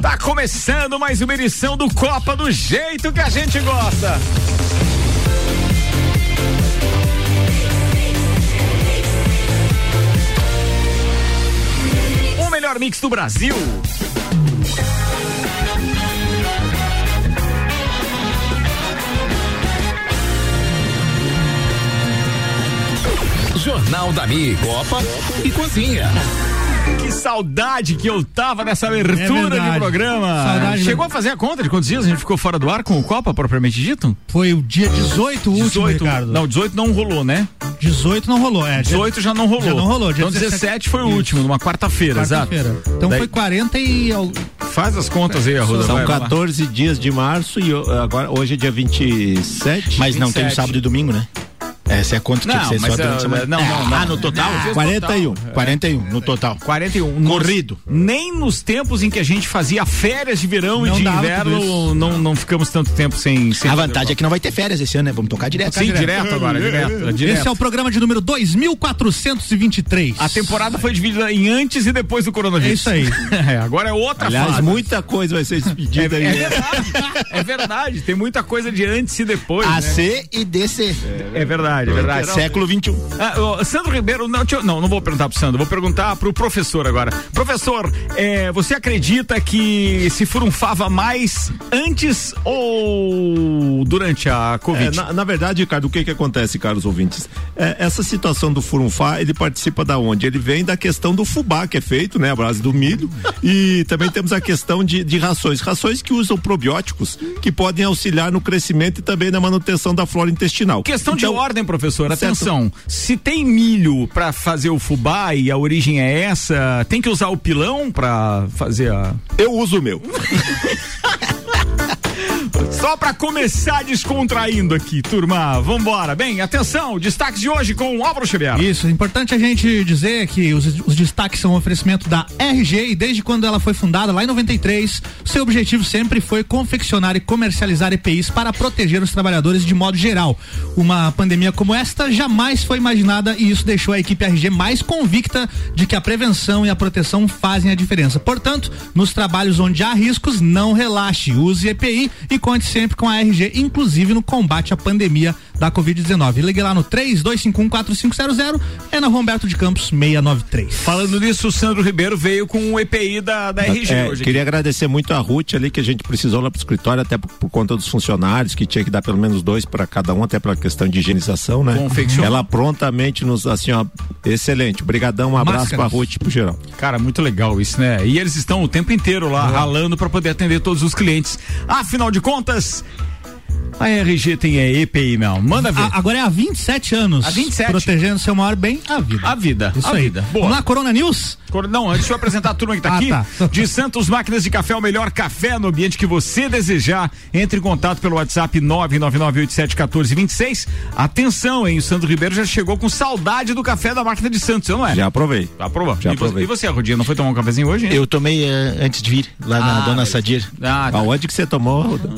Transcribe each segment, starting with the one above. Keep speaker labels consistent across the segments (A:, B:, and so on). A: Tá começando mais uma edição do Copa do jeito que a gente gosta. O melhor mix do Brasil.
B: Jornal da Mi, Copa e Cozinha.
A: Que saudade que eu tava nessa abertura
C: É verdade.
A: de programa.
C: Saudade
A: Chegou a fazer a conta de quantos dias a gente ficou fora do ar com o Copa, propriamente dito?
C: Foi o dia 18, o último, Ricardo.
A: Não, 18 não rolou, né?
C: 18 não rolou, é. dia-
A: 18 já não rolou.
C: Já não rolou, dia
A: Então 17,
C: 17
A: foi o
C: Isso.
A: último, numa quarta-feira, exato.
C: quarta-feira. Então
A: Daí-
C: foi 40 e. al-
A: Faz as contas aí, Arruda.
D: São
A: vai, vai lá.
D: 14 dias de março e eu- agora hoje é dia 27.
E: Mas não tem o
A: 27.
E: sábado e domingo, né? Essa é a conta que
A: Não,
E: tinha que ser
A: mas,
E: só durante
A: ah,
E: a semana.
A: não, não,
E: Ah,
A: não.
E: Ah, no total?
A: Ah,
E: 41. 41
A: É.
E: no total.
A: 41. Nos-
E: Corrido.
A: nem nos tempos em que a gente fazia férias de verão
C: Não
A: e de
C: dava tudo
A: inverno,
C: isso.
A: não, não ficamos tanto tempo sem. sem
E: A vantagem é que não vai ter férias esse ano, né? Vamos tocar direto.
A: Sim, direto agora, direto. direto.
C: Esse é o programa de número 2423.
A: A temporada foi dividida em antes e depois do coronavírus.
C: É isso aí.
A: É, agora é outra
D: Aliás,
A: fase.
D: muita coisa vai ser despedida aí.
A: É
D: né?
A: verdade, é verdade. Tem muita coisa de antes e depois.
E: A,
A: né?
E: C e D, C.
A: É verdade, é verdade.
E: Século um. XXI.
A: Ah, ô, Sandro Ribeiro, não, deixa eu- não, não vou perguntar pro Sandro, vou perguntar pro professor agora. Professor, eh, você acredita que se furunfava mais antes ou durante a
D: É,
A: Covid?
D: na, na verdade, Ricardo, o que que acontece, caros ouvintes? É, essa situação do furunfá, ele participa da onde? Ele vem da questão do fubá que é feito, né? A base do milho e também temos a questão de, de rações. Rações que usam probióticos que podem auxiliar no crescimento e também na manutenção da flora intestinal.
A: Questão
D: Então,
A: de ordem, professor,
D: Certo.
A: atenção. Se tem milho pra fazer o fubá e a origem é essa, tem que usar o pilão pra fazer a.
D: Eu uso o meu.
A: Só pra começar descontraindo aqui, turma. Vambora. Bem, atenção, destaques de hoje com o Álvaro Xavier.
C: Isso, é importante a gente dizer que os, os destaques são um oferecimento da RG e desde quando ela foi fundada, lá em 93, seu objetivo sempre foi confeccionar e comercializar EPIs para proteger os trabalhadores de modo geral. Uma pandemia como esta jamais foi imaginada e isso deixou a equipe RG mais convicta de que a prevenção e a proteção fazem a diferença. Portanto, nos trabalhos onde há riscos, não relaxe, use EPI e conte sempre com a RG, inclusive no combate à pandemia da Covid-19. Ligue lá no 32514500, é na Romberto de Campos 693.
A: Falando nisso, o Sandro Ribeiro veio com um o EPI da, da RG
D: É,
A: hoje. aqui.
D: queria agradecer muito a Ruth ali que a gente precisou lá pro escritório até por, por conta dos funcionários que tinha que dar pelo menos dois para cada um até pela questão de higienização, né?
A: Confeccionou.
D: Ela prontamente nos assim ó, excelente. Obrigadão, um abraço para
C: Máscaras.
D: Ruth e pro geral.
A: Cara, muito legal isso, né? E eles estão o tempo inteiro lá ralando para poder atender todos os clientes. Afinal de contas, a RG tem é a EPI, meu. Manda ver.
C: A- agora é há 27 anos.
A: Há 27.
C: Protegendo seu maior bem, a vida.
A: A vida,
C: Isso
A: a
C: aí.
A: vida. Boa.
C: Vamos lá, Corona News?
A: Cor- Não, antes de eu apresentar a turma que tá
C: Ah,
A: aqui.
C: tá.
A: De Santos Máquinas de Café, o melhor café no ambiente que você desejar. Entre em contato pelo WhatsApp 999871426. Atenção, hein? O Sandro Ribeiro já chegou com saudade do café da máquina de Santos, eu não é?
D: Já aprovei.
A: Tá aprovando.
D: Já
A: e, você,
D: aprovei.
A: e você, Rodinha, não foi tomar um cafezinho hoje? hein?
E: Eu tomei eh, antes de vir, lá na
A: Ah,
E: Dona
A: mas-
E: Sadir.
A: Ah, tá.
D: Aonde que você tomou? Ruda?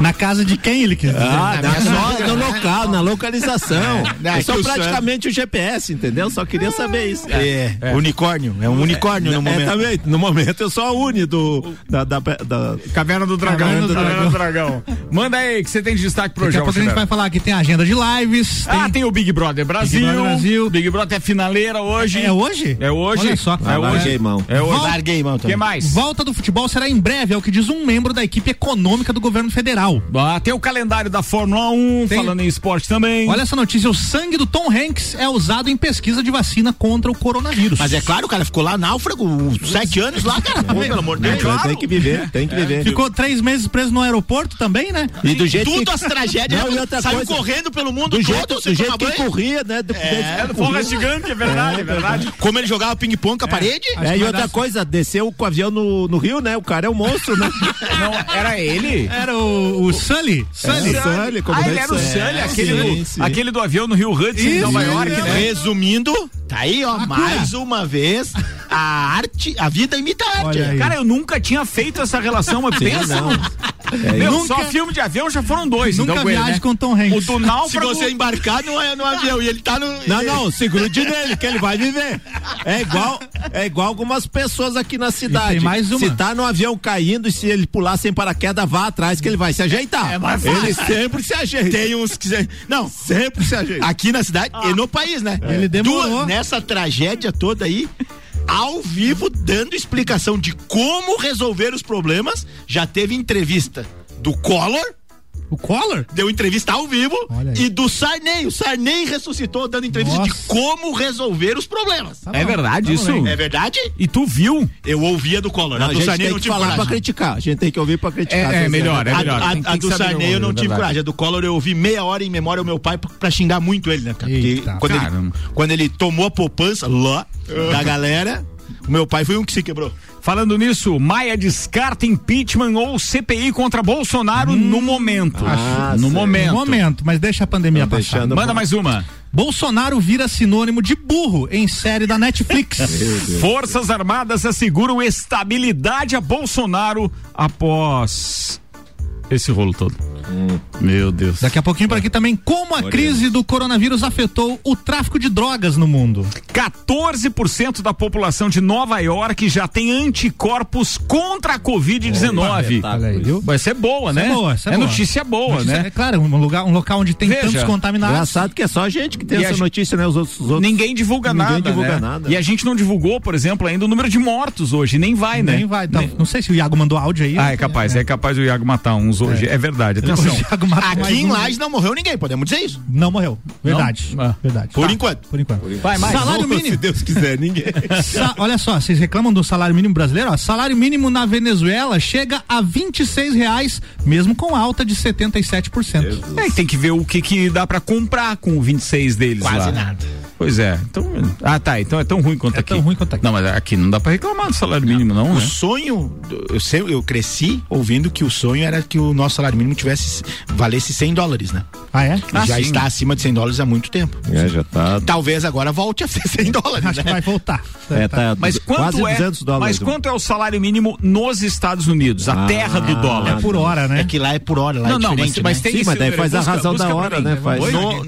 C: Na casa de quem ele quis dizer?
D: Ah,
E: minha
A: tá.
E: sogra,
D: no
E: né?
D: local, na localização.
E: É,
D: Eu
E: que
D: sou
E: o
D: praticamente o GPS, entendeu? Só queria saber isso.
E: É, unicórnio. É um unicórnio no
D: É,
E: momento.
D: também, no momento eu sou a Uni do da, da, da-
A: Caverna do Dragão.
C: Caverna do
A: Dragão. Manda aí, que você tem de destaque pro
C: Daqui a
A: João.
C: pouco a gente vai falar que tem agenda de lives.
A: Ah,
C: tem-
A: tem o Big Brother Brasil.
C: Big Brother Brasil.
A: Big Brother é finaleira hoje.
C: É hoje?
A: É hoje.
C: Olha só.
A: É
D: Ah,
A: hoje.
D: larguei mão.
A: É hoje.
E: Larguei mão
A: O que
E: também.
A: mais?
C: Volta do futebol será em breve, é o que diz um membro da equipe econômica do governo federal.
A: Ah, tem o calendário da Fórmula 1,
C: Tem-
A: falando em esporte também.
C: Olha essa notícia: o sangue do Tom Hanks é usado em pesquisa de vacina contra o coronavírus.
E: Mas é claro, o cara ficou lá náufrago, uns sete anos lá, cara. Né? Pô, pelo amor de Deus.
D: tem que viver, tem que viver.
C: Ficou três meses preso no aeroporto também, né?
D: E do jeito
E: Tudo
D: que
E: as tragédias.
D: Não, e outra
E: saiu
D: coisa.
E: correndo pelo mundo
D: do
E: todo,
D: jeito,
E: sem
D: do jeito
E: tomar
D: que
E: banho.
D: corria, né? Do-
E: É,
D: do-
A: Forrest Gump, é verdade, é verdade.
E: Como ele jogava ping-pong com a parede.
C: Acho
D: É,
C: que
D: e
C: vai
D: outra
C: dar-
D: coisa, desceu com o avião no, no rio, né? O cara é um monstro, né?
A: Não, era ele?
C: Era o, o Sully? Sully.
D: É, o Sully, como
A: ah,
D: é
A: ele
D: que
A: era o
D: é?
A: Sully, aquele,
D: Sim,
A: do,
D: sim.
A: aquele do avião no Rio Hudson, em
E: é,
C: Isso,
A: Nova York,
C: ele
A: né?
E: Resumindo, tá aí, ó,
C: Sakura.
E: mais uma vez a arte, a vida imita a arte.
C: Olha aí.
A: Cara, eu nunca tinha feito essa relação, mas pensa.
D: É
A: Meu, só filme de avião já foram dois.
C: Nunca
A: então,
C: viaje
A: né?
C: com Tom
A: O
C: Hanks.
A: do
E: Se
A: náufrago...
E: você embarcar no, no avião e ele tá no.
D: Não, não, se grude nele, que ele vai viver. É igual, é igual algumas pessoas aqui na cidade.
C: tem mais uma.
D: Se tá no avião caindo e se ele pular sem paraquedas, vá atrás que ele vai se ajeitar.
C: É
D: ele sempre se ajeita.
E: Tem uns que. se- Não,
D: Sempre se ajeita.
E: aqui na cidade e no país, né?
C: É. Ele demorou.
E: nessa tragédia toda aí, ao vivo, dando explicação de como resolver os problemas, já teve entrevista do Collor,
C: O Collor?
E: deu entrevista ao vivo,
C: Olha aí.
E: e do Sarney. O Sarney ressuscitou dando entrevista de
C: Nossa.
E: como resolver os problemas.
C: Tá
A: É
C: bom,
A: verdade
C: tá
A: isso?
C: bom,
E: É verdade?
A: E tu viu?
E: Eu ouvia do Collor.
D: Não,
E: a
D: a
E: do
D: gente
E: Sarney eu
D: tem
E: não
D: que
E: tive
D: falar pra
E: coragem.
D: criticar. A gente tem que ouvir pra criticar.
A: É, é
D: Vocês
A: melhor,
D: não-
A: é
E: A-
A: melhor.
E: a-
A: Tem- tem
E: a
A: que
E: do
A: saber
E: Sarney eu
A: ouvir,
E: não
A: é
E: tive
A: verdade.
E: coragem. A do Collor eu ouvi meia hora em memória ao meu pai pra, pra xingar muito ele, né, cara? Porque
C: Eita.
E: quando, ele,
A: Caramba.
E: quando ele tomou a poupança lá da galera, o meu pai foi um que se quebrou.
A: Falando nisso, Maia descarta impeachment ou CPI contra Bolsonaro no momento.
D: Ah,
A: Hum. no
D: sei.
A: momento.
C: Um momento, mas deixa a pandemia passar.
D: Tá deixando-
A: Manda mais uma.
C: Bolsonaro vira sinônimo de burro em série da Netflix.
A: Forças Armadas asseguram estabilidade a Bolsonaro após esse rolo todo. Hum. Meu Deus.
C: Daqui a pouquinho por aqui também, como a crise do coronavírus afetou o tráfico de drogas no mundo.
A: 14% da população de Nova York já tem anticorpos contra a Covid-19.
C: Olha aí, viu?
A: Vai ser boa, né?
C: boa, essa é
A: é
C: boa.
A: notícia boa,
C: Notícia-
A: né?
C: É claro, um lugar, um local onde tem
A: Veja,
C: tantos contaminados.
D: Engraçado que é só a gente que tem
A: E a
D: essa
A: gente-
D: notícia, né? Os outros. os outros-
A: Ninguém divulga
D: Ninguém
A: nada.
D: divulga
A: né?
D: nada.
A: E a gente não divulgou, por exemplo, ainda o número de mortos hoje. Nem vai, né?
C: Nem vai, né? tá. Não sei se o Iago mandou áudio aí.
A: Ah, é capaz, é capaz do Iago matar uns hoje. É, verdade, atenção.
C: O Iago matou mais
E: Aqui em
C: um.
E: Lages não morreu ninguém, podemos dizer isso.
C: Não morreu. Verdade.
A: Ah.
C: Verdade.
E: Por
C: Tá,
E: enquanto.
C: Por enquanto.
A: Vai, mais.
C: Salário
D: Volta, Se
C: mínimo.
D: Deus quiser, ninguém.
C: Sa- olha só, vocês reclamam do salário mínimo brasileiro? Ó, salário mínimo na Venezuela chega a 26 reais, mesmo com alta de 77%.
A: É, tem que ver o que, que dá pra comprar com o 26 deles lá.
E: Quase nada.
A: Pois é. Então, ah, tá. Então é tão ruim quanto
C: É
A: aqui.
C: tão ruim quanto aqui.
A: Não, mas aqui não dá pra reclamar do salário mínimo, não,
E: O
A: né?
E: sonho, do- eu, sei, eu cresci ouvindo que o sonho era que o nosso salário mínimo tivesse, valesse 100 dólares, né?
C: Ah, é?
A: Ah,
E: já
A: sim.
E: está acima de 100 dólares há muito tempo.
D: É, já tá.
E: Talvez agora volte a ser 100 dólares,
C: Acho que
E: né?
C: vai voltar.
D: É, tá
A: Mas quanto
D: quase
A: é?
D: 200 dólares.
A: mas quanto é o salário mínimo nos Estados Unidos, a
D: Ah,
A: terra do dólar?
C: É por hora, né?
E: É que lá é por hora, lá
A: não,
E: é
A: não, mas,
E: diferente,
A: mas
E: né?
A: tem
D: Sim,
A: isso.
D: mas daí faz a razão da hora, né? Faz-
A: Oi?
E: No-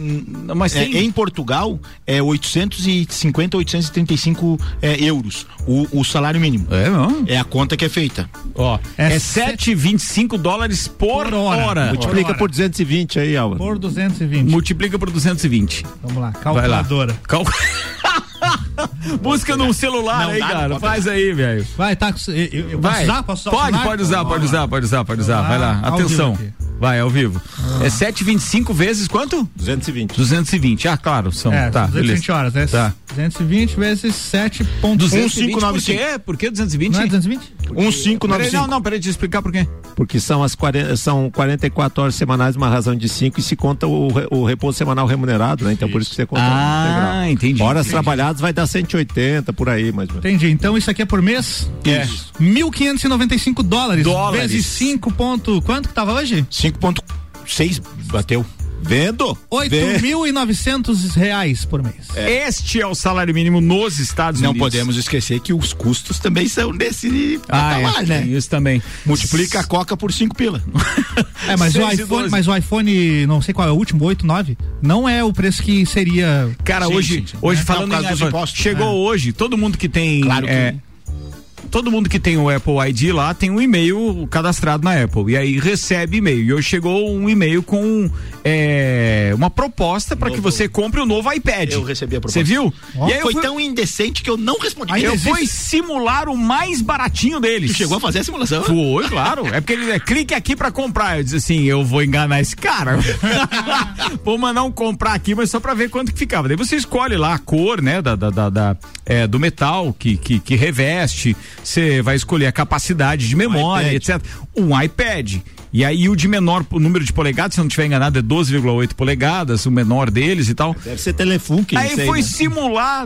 A: Não, mas
E: É,
A: tem.
E: em Portugal é 850, 835 é, euros o, o salário mínimo.
A: É, não.
E: É a conta que é feita.
A: Ó,
C: É
A: é, 7,25 dólares por,
C: Por hora.
A: hora.
D: Multiplica por 220 aí, Alva.
C: Por 220.
A: Multiplica por 220.
C: Vamos lá,
A: Vai lá.
C: calculadora.
A: Cal... Busca num celular
E: Não,
A: aí,
E: dá, não
A: cara.
E: pode.
A: Faz aí, velho.
C: Vai, tá. com- Eu, eu- eu posso
A: Vai.
C: usar? Posso usar o
A: pode,
C: celular?
A: pode usar,
C: Vamos
A: pode
C: lá.
A: usar, pode usar, pode usar. Vai lá.
C: Ao vivo
A: Atenção.
C: aqui.
A: Vai, ao vivo. É 7,25 vezes quanto?
D: 220.
A: 220. Ah, claro, são.
C: É,
A: tá,
C: 220
A: beleza.
C: horas, né?
A: Tá.
C: 220 vezes 7.1.
A: 220. Por quê? Por que 220?
C: Não é 220?
A: Peraí, não,
E: 1595.
A: não, peraí, deixa eu explicar por quê.
D: Porque são as 40, são 44 horas semanais, uma razão de 5, e se conta o, re- o repouso semanal remunerado, né? Então por isso que
E: Tá
D: você conta
A: Ah,
D: integral.
A: entendi,
D: Horas
A: entendi.
D: trabalhadas vai dar 180 por aí, mais ou menos.
C: Entendi. Então isso aqui é por mês?
A: É.
C: 1.595 dólares.
A: Dólares.
C: Vezes 5 ponto... Quanto que tava hoje?
E: 5.6 bateu.
D: Vendo?
C: 8.900 reais por mês.
A: Este é o salário mínimo nos Estados
E: Não
A: Unidos.
E: podemos esquecer que os custos também são desse
A: Ah,
E: patamar,
A: é, tem
E: né?
A: isso também.
E: Multiplica a coca por 5 pila.
C: É, mas o,
A: Seis e
C: iPhone,
A: doze.
C: mas o iPhone, não sei qual é o último, 8, 9, não é o preço que seria.
A: Cara,
E: Sim,
A: hoje,
E: sim, sim.
A: hoje
E: Não,
A: falando
E: por causa
A: em
E: dos
A: iPhone,
E: impostos, né?
A: chegou hoje, todo mundo que tem
E: Claro que-
A: é, todo mundo que tem o Apple ID lá tem um e-mail cadastrado na Apple e aí recebe e-mail. E hoje chegou um e-mail com é, uma proposta para que você compre o novo iPad.
E: Eu recebi a proposta.
A: Você viu? e aí eu
E: Foi
A: fui,
E: tão indecente que eu não respondi.
A: eu
E: eu
A: fui simular o mais baratinho deles.
E: Chegou a fazer a simulação?
A: Foi, claro. É porque ele é, clique aqui pra comprar. Eu disse assim, eu vou enganar esse cara. vou mandar um comprar aqui, mas só pra ver quanto que ficava. Daí você escolhe lá a cor, né, da, da, da- da, é, do metal que, que, que reveste. Você vai escolher a capacidade de memória, etc. Um iPad. E aí o de menor o número de polegadas, se eu não tiver enganado, é 12,8 polegadas, o menor deles e tal.
D: Deve ser telefone que
A: Aí foi simular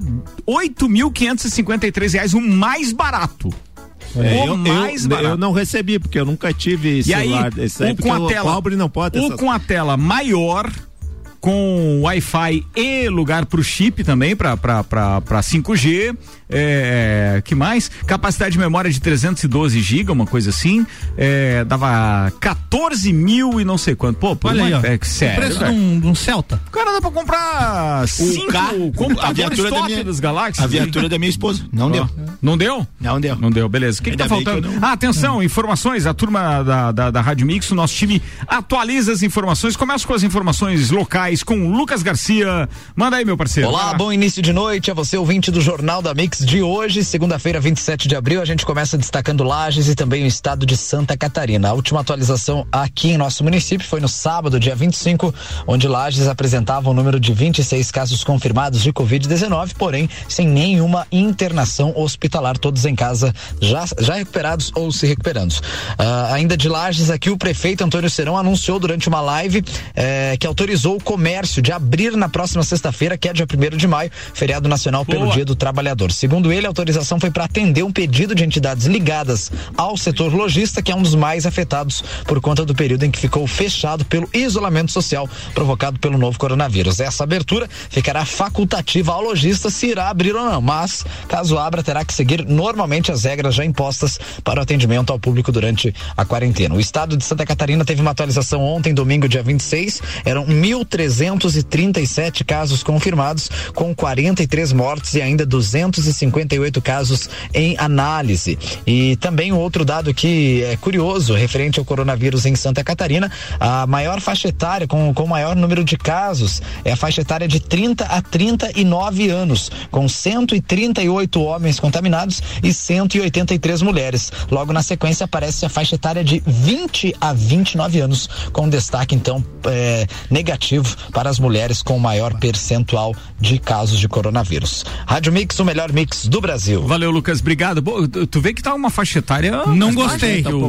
A: R$ reais, o mais barato.
D: É,
A: o
D: eu,
A: mais
D: eu,
A: barato.
D: eu não recebi, porque eu nunca tive
A: E aí,
D: celular desse aí, é
A: o com
D: porque
A: a
D: o
A: tela,
D: pobre não pode ter
A: o
D: essas
A: com a tela maior com Wi-Fi e lugar para o chip também, para 5G. É, que mais? Capacidade de memória de 312 GB, uma coisa assim. É, dava 14 mil e não sei quanto. Pô, por
C: Olha
A: uma-
C: aí, ó.
A: é que sério,
C: o preço de
A: velho.
C: um, de um Celta.
A: O cara dá pra comprar cinco
E: carro- um a
A: computadores
E: viatura da
A: top
E: minha-
A: das galáxias.
E: A viatura da minha esposa. Não
A: Ó,
E: deu.
A: Não deu?
E: Não deu.
A: Não deu, beleza. O que, que tá
E: Ainda bem que
A: faltando?
E: eu Hum.
A: Ah, atenção, informações, a turma da, da, da Rádio Mix, o nosso time atualiza as informações. Começa com as informações locais, com o Lucas Garcia. Manda aí, meu parceiro.
F: Olá, bom início de noite a você, ouvinte do Jornal da Mix de hoje, segunda-feira, 27 de abril. A gente começa destacando Lages e também o estado de Santa Catarina. A última atualização aqui em nosso município foi no sábado, dia 25, onde Lages apresentava o número de 26 casos confirmados de Covid-19, porém sem nenhuma internação hospitalar, todos em casa já, já recuperados ou se recuperando. Ah, ainda de Lages, aqui o prefeito Antônio Serão anunciou durante uma live eh, que autorizou o comércio de abrir na próxima sexta-feira, que é dia 1 de maio, feriado nacional pelo
A: Boa.
F: Dia do Trabalhador. Segundo ele, a autorização foi para atender um pedido de entidades ligadas ao setor lojista, que é um dos mais afetados por conta do período em que ficou fechado pelo isolamento social provocado pelo novo coronavírus. Essa abertura ficará facultativa ao lojista se irá abrir ou não, mas caso abra, terá que seguir normalmente as regras já impostas para o atendimento ao público durante a quarentena. O estado de Santa Catarina teve uma atualização ontem, domingo, dia 26, eram 1.337 casos confirmados, com 43 mortes e ainda 258 casos em análise. E também um outro dado que é curioso, referente ao coronavírus em Santa Catarina, a maior faixa etária com, com o maior número de casos é a faixa etária de 30 a 39 anos, com 138 homens contaminados e 183 mulheres. Logo na sequência aparece a faixa etária de 20 a 29 anos, com destaque então eh, negativo para as mulheres com o maior percentual de casos de coronavírus. Rádio Mix, o melhor mix do Brasil.
A: Valeu, Lucas. Obrigado. Boa, tu, tu vê que tá uma faixa etária.
C: Não
A: mais
C: gostei.
A: baixa que o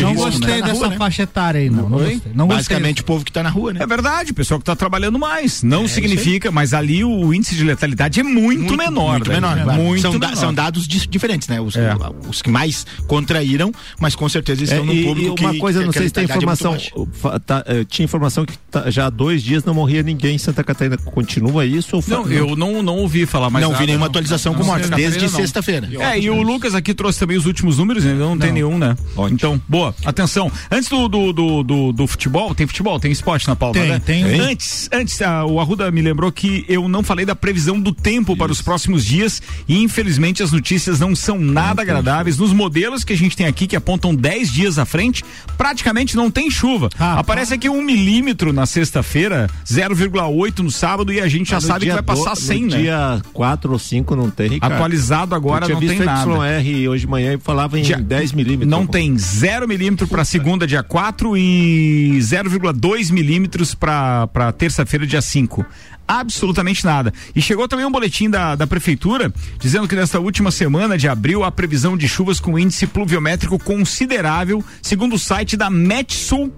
A: famoso grupo de
C: Não
A: risco, né?
C: gostei
E: tá na
C: dessa
E: rua, né?
C: faixa etária aí, não. Não
A: Oi?
C: gostei. Não gostei.
E: Basicamente o povo que tá na rua, né?
A: É verdade, o pessoal que está trabalhando mais. Não significa, mas ali o índice de letalidade é muito, menor.
E: É Muito
A: né?
E: menor.
A: É
E: claro.
A: Muito
E: são, da-
A: menor.
E: são dados dis- diferentes, né? Os,
A: É.
E: os que mais contraíram, mas com certeza estão
D: É,
A: um
E: no
D: e-
E: público
D: e uma
E: que-
D: coisa,
E: que
D: não
E: a
D: sei se tem
E: letalidade é muito
D: informação.
E: baixa.
D: fa- tá, eh, tinha informação que tá- já há dois dias não morria ninguém em Santa Catarina. Continua isso? Ou fa-
A: Não, eu não, não ouvi falar mais
E: Não
A: nada,
E: vi nenhuma atualização
A: Não,
E: com mortes,
A: sexta-feira
E: desde
A: não.
E: sexta-feira.
A: É, e o Lucas aqui trouxe também os últimos números, né? não, tem nenhum, né?
D: Ótimo.
A: Então, boa, atenção. Antes do, do, do, do, do futebol, tem futebol, tem esporte na pauta,
C: Tem,
A: né?
C: tem.
A: Hein? Antes, antes ah, o Arruda me lembrou que eu não falei da previsão do tempo para os próximos dias e infelizmente as notícias não são nada agradáveis. Nos modelos que a gente tem aqui, que apontam 10 dias à frente, praticamente não tem chuva.
D: tá.
C: Ah,
A: Aparece aqui um milímetro na sexta-feira, 0,8 no sábado e a gente já
D: Ah, No
A: sabe que
D: dia
A: vai passar
D: do-
A: 100,
D: no
A: né?
D: Dia 4 ou 5 não tem, Ricardo.
A: Atualizado agora
D: eu tinha
A: não
D: visto
A: tem nada.
D: XR hoje de manhã e falava em
A: Dia-
D: 10 milímetros.
A: Não tem 0 milímetro para segunda, dia 4 e 0,2 milímetros para terça-feira, dia 5. Absolutamente nada. E chegou também um boletim da, da prefeitura dizendo que nesta última semana de abril há previsão de chuvas com índice pluviométrico considerável, segundo o site da Metsul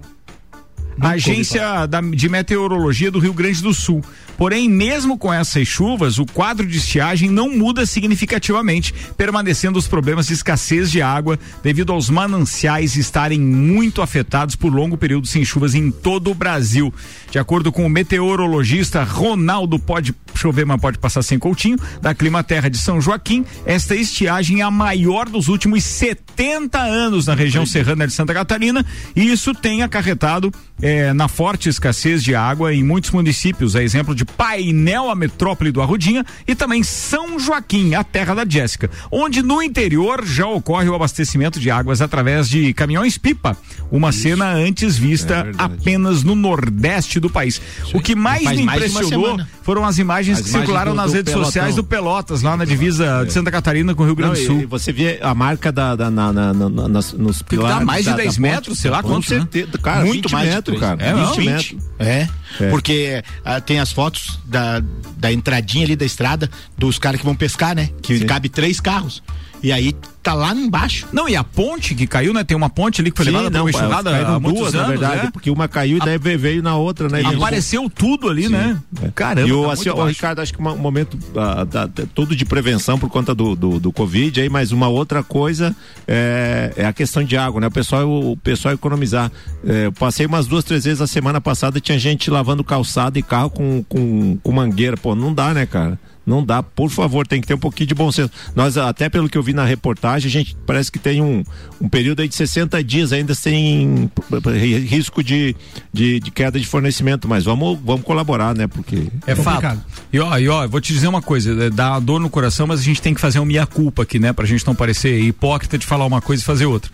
A: a agência da- de meteorologia do Rio Grande do Sul. Porém, mesmo com essas chuvas, o quadro de estiagem não muda significativamente, permanecendo os problemas de escassez de água devido aos mananciais estarem muito afetados por longo período sem chuvas em todo o Brasil. De acordo com o meteorologista Ronaldo Pode Chover, mas pode passar sem Coutinho, da Climaterra de São Joaquim, esta estiagem é a maior dos últimos 70 anos na região serrana de Santa Catarina e isso tem acarretado eh, na forte escassez de água em muitos municípios, a exemplo de Painel, a metrópole do Arrudinha, e também São Joaquim, a terra da Jéssica, onde no interior já ocorre o abastecimento de águas através de caminhões-pipa, uma cena antes vista
D: É verdade.
A: apenas no nordeste do país. O que mais
E: Faz
A: me
E: mais de uma
A: impressionou
E: semana.
A: foram as imagens
D: As
A: que
D: imagens
A: circularam
D: do-
A: nas
D: do
A: redes
D: pelotão. É.
A: sociais do Pelotas, lá na divisa de Santa Catarina com o Rio Grande
D: Não,
A: do
D: e-
A: Sul.
D: e você vê a marca da, da- na, na- na- na- nas- nos
A: que dar
D: pilares.
A: mais de 10
D: ponte,
A: metros, sei lá
D: com
A: quantos, né?
D: certeza, Cara,
E: muito
D: 20
E: mais de
D: metros,
E: três.
D: cara.
E: É, não,
D: 20
E: 20.
D: metros.
E: É,
D: É.
E: porque ah, tem as fotos da, da entradinha ali da estrada dos caras que vão pescar, né? Que
D: Sim.
E: cabe três carros. E aí tá lá embaixo.
A: Não, e a ponte que caiu, né? Tem uma ponte ali que foi
D: Sim,
A: levada
D: não,
A: por uma enxurrada
D: caíram
A: há muitos
D: duas,
A: anos,
D: na verdade,
A: né?
D: porque uma caiu e daí veio na outra, né? E
A: Apareceu tudo ali, né? Caramba,
D: E o,
A: tá
D: assim,
A: muito
D: ó,
A: baixo.
D: Ricardo, acho que uma- um momento ah, tá- tá todo de prevenção por conta do, do, do Covid, aí, mas uma outra coisa é, é a questão de água, né? O pessoal, o pessoal economizar. É, eu passei umas duas, três vezes a semana passada, tinha gente lavando calçada e carro com, com, com mangueira. Pô, não dá, né, cara? Não dá, por favor, tem que ter um pouquinho de bom senso. Nós, até pelo que eu vi na reportagem, a gente parece que tem um, um período aí de 60 dias ainda sem p- p- risco de, de, de queda de fornecimento, mas vamos, vamos colaborar, né? Porque
A: É fato.
C: Complicado.
A: E ó, e ó, eu vou te dizer uma coisa, é, dá dor no coração, mas a gente tem que fazer um minha culpa aqui, né? Pra gente não parecer hipócrita de falar uma coisa e fazer outra.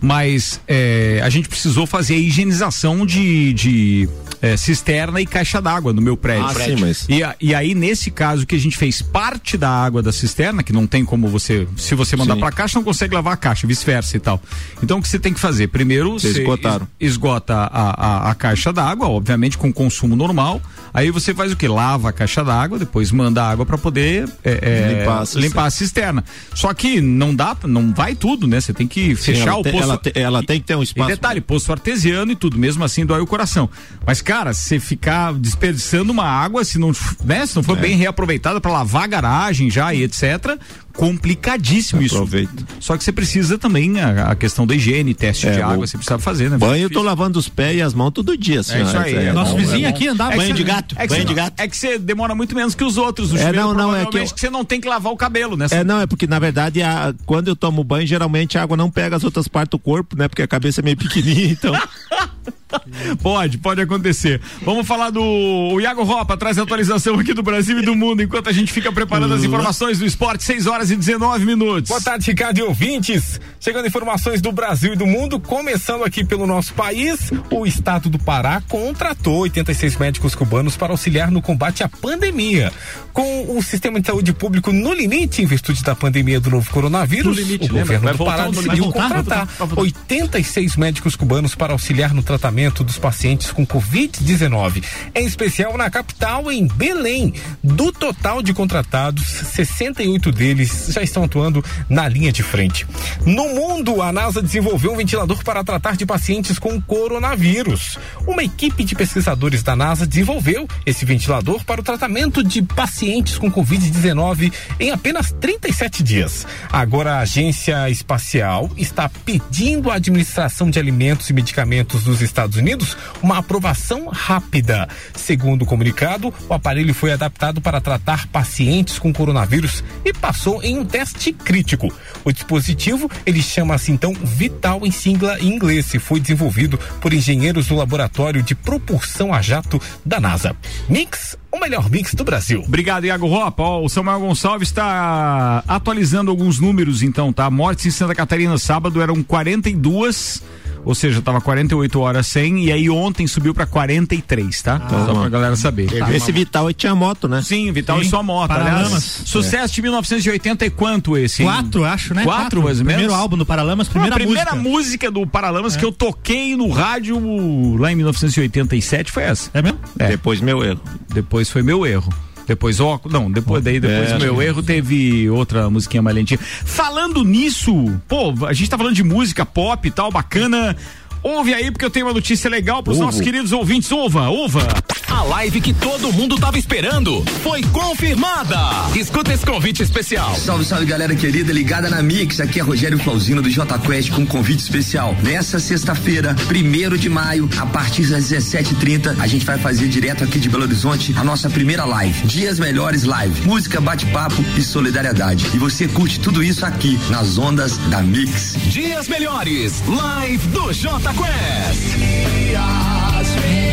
A: Mas é, a gente precisou fazer a higienização de, de, é, cisterna e caixa d'água no meu prédio.
D: Ah,
A: Prédio.
D: sim, mas-
A: E, a- e aí, nesse caso, que a gente fez parte da água da cisterna, que não tem como você. Se você mandar
D: Sim.
A: pra caixa, não consegue lavar a caixa, vice-versa e tal. Então, o que você tem que fazer? Primeiro,
D: Vocês
A: você
D: esgotaram.
A: es- esgota a, a, a caixa d'água, obviamente com consumo normal. Aí você faz o que? Lava a caixa d'água, depois manda a água para poder é, é,
D: Limpar a cisterna.
A: limpar a cisterna. Só que não dá, não vai tudo, né? Você tem que fechar
D: ela
A: o
D: tem-
A: poço.
D: ela tem- ela tem que ter um espaço.
A: E detalhe, poço artesiano e tudo, mesmo assim dói o coração. Mas, cara, você ficar desperdiçando uma água, se não, né, se não
D: É.
A: for bem reaproveitada para lavar a garagem já e etc., complicadíssimo
D: Aproveita.
A: isso. Só que você precisa também a, a questão da higiene, teste
D: É,
A: de
D: o
A: água, você precisa fazer, né?
D: Banho, eu
A: Difícil.
D: tô lavando os pés e as mãos todo dia, assim.
A: É isso
D: ó.
A: aí.
D: é
C: Nosso
D: bom,
C: vizinho
D: é bom.
C: aqui andava.
A: que
E: Banho
A: cê-
E: de gato,
A: é que
E: banho
A: cê-
E: de gato.
A: É que você demora muito menos que os outros. O
D: É,
A: chuveiro,
D: não, não, é que eu-
A: provavelmente, que você não tem que lavar o cabelo, né?
D: É, não, é porque na verdade a- quando eu tomo banho, geralmente a água não pega as outras partes do corpo, né? Porque a cabeça é meio pequenininha, então.
A: Pode, pode acontecer. Vamos falar do o Iago Ropa, traz a atualização aqui do Brasil e do mundo, enquanto a gente fica preparando as informações do esporte, 6 horas e 19 minutos.
G: Boa tarde, Ricardo e ouvintes. Chegando informações do Brasil e do mundo, começando aqui pelo nosso país, o estado do Pará contratou 86 médicos cubanos para auxiliar no combate à pandemia. Com o sistema de saúde público no limite em virtude da pandemia do novo coronavírus,
A: No limite,
G: o
A: né,
G: governo
A: vai
G: do
A: voltar
G: Pará
A: ao limite.
G: decidiu
A: Vai voltar, vai
G: contratar
A: voltar, vai voltar.
G: 86 médicos cubanos para auxiliar no tratamento dos pacientes com Covid-19, em especial na capital, em Belém. Do total de contratados, 68 deles já estão atuando na linha de frente. No mundo, a NASA desenvolveu um ventilador para tratar de pacientes com coronavírus. Uma equipe de pesquisadores da NASA desenvolveu esse ventilador para o tratamento de pacientes com Covid-19 em apenas 37 dias. Agora, a agência espacial está pedindo à administração de alimentos e medicamentos dos Estados Unidos uma aprovação rápida. Segundo o comunicado, o aparelho foi adaptado para tratar pacientes com coronavírus e passou em um teste crítico. O dispositivo, ele chama-se então Vital em sigla em inglês e foi desenvolvido por engenheiros do laboratório de propulsão a jato da NASA. Mix, o melhor mix do Brasil.
A: Obrigado, Iago Ropa. Ó, o Samuel Gonçalves está atualizando alguns números, então, tá? Mortes em Santa Catarina sábado eram 42, ou seja, tava 48 horas 100, e aí ontem subiu para 43, tá? Só pra galera saber. Tá.
D: Esse Vital aí tinha moto, né?
A: Sim, Vital e só moto.
C: Paralamas.
A: Aliás, sucesso de 1980 é quanto esse? hein?
C: Quatro, acho, né?
A: Quatro, mais ou menos.
C: Primeiro álbum do Paralamas,
A: A
C: primeira,
A: primeira
C: música. É.
A: música do Paralamas que eu toquei no rádio lá em 1987 foi essa.
C: É mesmo?
A: É.
D: Depois meu erro.
A: Depois foi meu erro. Depois óculos. Não, depois daí, depois
D: É,
A: do meu erro, teve outra musiquinha mais lentinha. Falando nisso, pô, a gente tá falando de música pop e tal, bacana. Ouve aí, porque eu tenho uma notícia legal pros nossos queridos ouvintes. Ova, ova.
B: A live que todo mundo tava esperando foi confirmada. Escuta esse convite especial.
H: Salve, salve galera querida ligada na Mix. Aqui é Rogério Flauzino do J Quest com um convite especial. Nessa sexta-feira, 1 de maio, a partir das 17h30, a gente vai fazer direto aqui de Belo Horizonte a nossa primeira live. Dias Melhores Live. Música, bate-papo e solidariedade. E você curte tudo isso aqui nas ondas da Mix.
B: Dias melhores. Live do Jota Quest.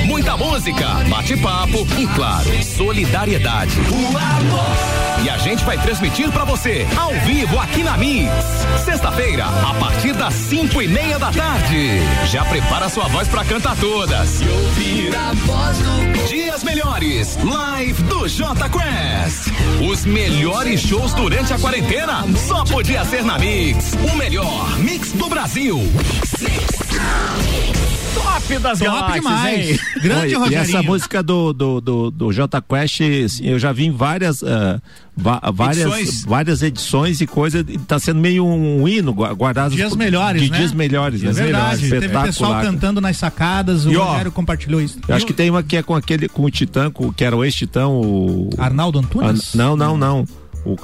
B: Muita música, bate-papo e, claro, solidariedade. E a gente vai transmitir pra você, ao vivo, aqui na Mix. Sexta-feira, a partir das cinco e meia da tarde. Já prepara sua voz pra cantar todas. E ouvir a voz do... Dias melhores, live do Jota Quest. Os melhores shows durante a quarentena só podia ser na Mix. O melhor mix do Brasil.
A: Top das
C: Top
A: galáxias,
C: demais.
A: hein?
D: Oi,
C: Grande
D: e essa
C: Rogerinho.
D: música do, do, do, do J Quest, assim, eu já vi em várias, ah, va- várias,
A: Edições.
D: várias edições e coisa. e Tá sendo meio um hino gua- guardado.
C: Dias
D: por-
C: melhores,
D: de
C: né?
D: Dias melhores,
C: É
D: né?
C: verdade, teve
D: Espetacular.
C: pessoal cantando nas sacadas, o
A: E, ó,
C: Rogério compartilhou isso.
D: Eu acho que tem uma que é com aquele, com o Titã, com- que era o ex-Titã, o.
C: Arnaldo
D: Ah,
C: Antunes?
D: não, não, não.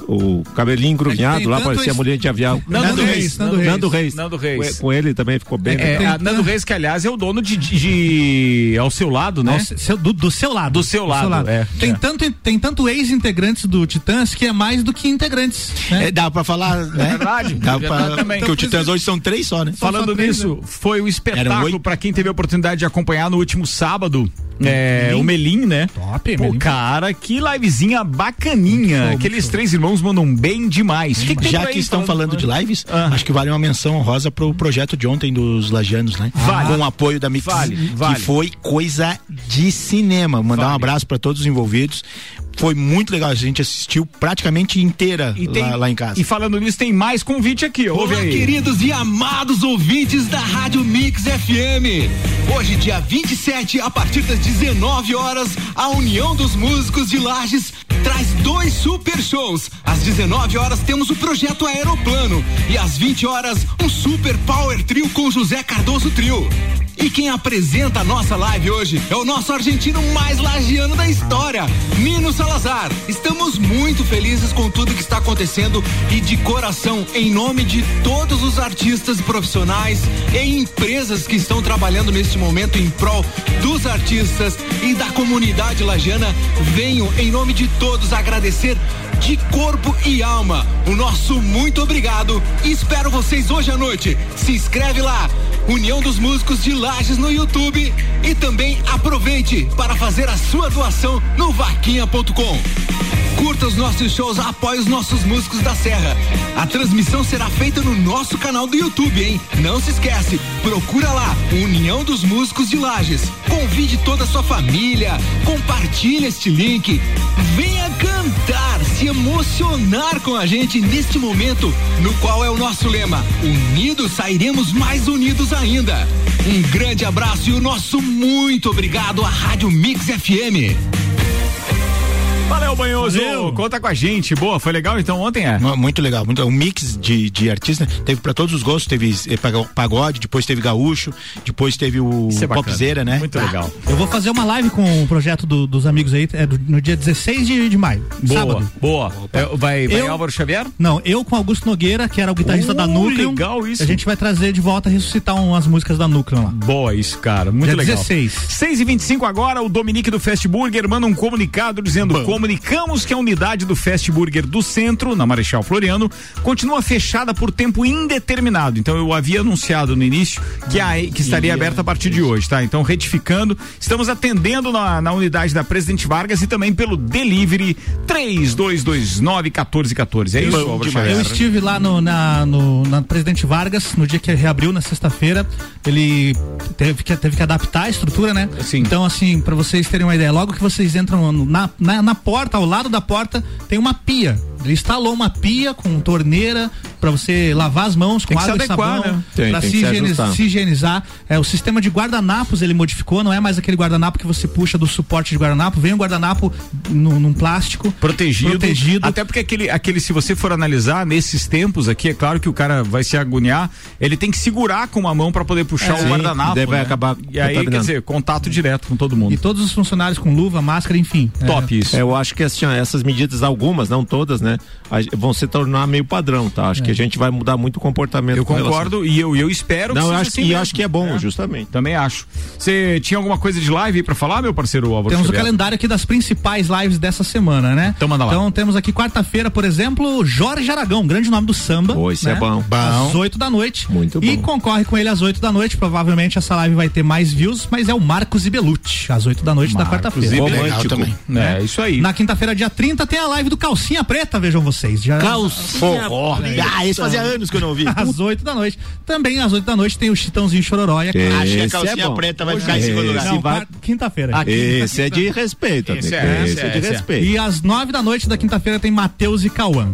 D: O, o cabelinho engrunhado
C: tem
D: lá,
C: tanto
D: parecia
C: isso-
D: mulher de avião.
A: Nando Reis,
C: Nando Reis.
D: Nando Reis.
A: Nando Reis. né?
D: Com- Com ele também ficou bem. né?
A: É, a Nando Reis, que aliás é o dono de, de- de- ao seu lado, né?
C: Ao seu- do, do seu lado.
A: Do seu lado, é.
C: Tem,
A: É.
C: Tanto, tem tanto ex-integrantes do Titãs que é mais do que integrantes. né?
E: É, dá pra falar, né?
A: verdade,
E: Dá
A: é verdade
E: pra,
A: também.
E: Porque o Titãs hoje são três só, né?
A: Falando nisso, foi um
E: Eram
A: espetáculo
E: oito.
A: pra quem teve a oportunidade de acompanhar no último sábado. é, o Melim, né?
C: Top,
A: Pô,
C: Melim.
A: cara, que livezinha bacaninha. Aqueles três irmãos mandam bem demais. Que que tem
E: Já
A: por aí então?
E: que estão falando de lives,
A: Ah.
E: acho que vale uma menção honrosa pro projeto de ontem dos Lajanos, né?
A: Vale.
E: Com o apoio da Mix,
A: Vale, vale.
E: que foi coisa de cinema. Mandar um
A: Vale.
E: abraço pra todos os envolvidos. Foi muito legal, a gente assistiu praticamente inteira
A: E tem-
E: lá, lá em casa.
A: E falando nisso, tem mais convite aqui. Ouve
I: Olá,
A: aí.
I: queridos e amados ouvintes da Rádio Mix FM. Hoje, dia 27, a partir das 19 horas, a União dos Músicos de Lages traz dois super shows. Às 19 horas temos o projeto Aeroplano e às 20 horas um super power trio com José Cardoso Trio. E quem apresenta a nossa live hoje é o nosso argentino mais lagiano da história, Nino Salazar. Estamos muito felizes com tudo que está acontecendo e de coração, em nome de todos os artistas profissionais e empresas que estão trabalhando neste momento em prol dos artistas e da comunidade lagiana, venho, em nome de todos, agradecer de corpo e alma o nosso muito obrigado. Espero vocês hoje à noite. Se inscreve lá, União dos Músicos de Lages no YouTube e também aproveite para fazer a sua doação no vaquinha.com. Curta os nossos shows, apoie os nossos músicos da Serra. A transmissão será feita no nosso canal do YouTube, hein? Não se esquece, procura lá, União dos Músicos de Lages. Convide toda a sua família, compartilhe este link. Venha cantar, se emocionar com a gente neste momento, no qual é o nosso lema: Unidos sairemos mais unidos ainda. Um grande abraço e o nosso muito obrigado à Rádio Mix FM.
A: Valeu, Banhoso. Conta com a gente. Boa, foi legal então ontem, é?
E: Mu- Muito legal, muito legal. Um mix de, de artistas, né? teve pra todos os gostos, teve eh, pago- pagode, depois teve gaúcho, depois teve o
A: Isso é bacana.
E: popzeira, né?
A: Muito
E: Ah,
A: legal.
C: Eu vou fazer uma live com o projeto do- dos amigos aí, é do- no dia 16 de, de maio,
A: Boa,
C: sábado.
A: boa. É, vai vai
C: Eu-
A: Álvaro Xavier?
C: Não, eu com Augusto Nogueira, que era o guitarrista
A: Uh,
C: da Núcleo.
A: legal isso.
C: A gente vai trazer de volta, ressuscitar umas músicas da Núcleo lá.
A: Boa isso, cara. Muito
C: Dia
A: legal.
C: 16.
A: 6 e 25 agora, o Dominique do Fast Burger manda um comunicado dizendo: comunicamos que a unidade do Fast Burger do centro, na Marechal Floriano, continua fechada por tempo indeterminado. Então eu havia anunciado no início que, a, que estaria aberta a partir de hoje, tá? Então, retificando, estamos atendendo na, na unidade da Presidente Vargas e também pelo delivery 3229 1414. É isso, Álvaro Xavier?
C: Eu estive lá no, na, no- na Presidente Vargas, no dia que reabriu, na sexta-feira. Ele teve que, teve que adaptar a estrutura, né?
A: Sim.
C: Então, assim, pra vocês terem uma ideia, logo que vocês entram no- na, na, na porta, ao lado da porta, tem uma pia. Ele instalou uma pia com torneira pra você lavar as mãos com
A: Tem que se
C: água e
A: adequar,
C: sabão,
A: né?
D: Tem,
C: pra
D: tem
C: se,
D: que se
C: higieniz-
D: ajustar.
C: se higienizar. É, o sistema de guardanapos ele modificou, não é mais aquele guardanapo que você puxa do suporte de guardanapo, vem um guardanapo no, num plástico.
A: protegido.
C: Protegido.
A: Até porque aquele, aquele, se você for analisar nesses tempos aqui, é claro que o cara vai se agoniar, ele tem que segurar com uma mão pra poder puxar o
D: É, Sim,
A: guardanapo.
D: daí vai
A: né?
D: acabar
A: E aí, quer
D: contaminando.
A: dizer, contato direto com todo mundo. É,
C: E todos os funcionários com luva, máscara, enfim.
A: Top isso.
D: Eu acho que assim, ó, essas medidas, algumas, não todas, né? a- Vão se tornar meio padrão, tá? Acho que a gente vai mudar muito o comportamento.
A: eu
D: com relação-
A: concordo e eu, e eu espero
D: Não, eu
A: seja
D: acho,
A: assim
D: e eu
A: mesmo.
D: acho que é bom, justamente.
A: Também acho. Você tinha alguma coisa de live aí pra falar, meu parceiro Álvaro?
C: Temos o
A: Xavier?
C: calendário aqui das principais lives dessa semana, né?
A: Então manda lá.
C: Então temos aqui quarta-feira, por exemplo, Jorge Aragão, grande nome do samba.
D: Pô, isso
C: né?
D: é bom.
C: Às 8 da noite.
D: Muito
C: E
D: bom.
C: concorre com ele às 8 da noite. Provavelmente essa live vai ter mais views, mas é o Marcos Ibelucci, às 8 da noite da quarta-feira.
A: Zibel.
E: Legal também.
A: É,
D: né?
A: isso aí.
C: Na quinta-feira, dia 30, tem a live do Calcinha Preta, vejam vocês. Já
E: Forró. Ah, esse fazia anos que eu não ouvi.
C: às 8 da noite. Também às 8 da noite tem o Chitãozinho Chororó. E a-
D: Esse
E: Acho que a
D: é
E: calcinha
D: bom.
E: preta vai ficar em segundo lugar.
D: Esse
C: Não, tá,
D: vai-
C: quar- quinta-feira.
D: Esse é de respeito,
A: Esse
D: amigo.
A: é,
D: Esse
A: esse
D: é de
A: é, esse é.
D: respeito.
C: E às 9 da noite da quinta-feira tem Matheus e Cauã.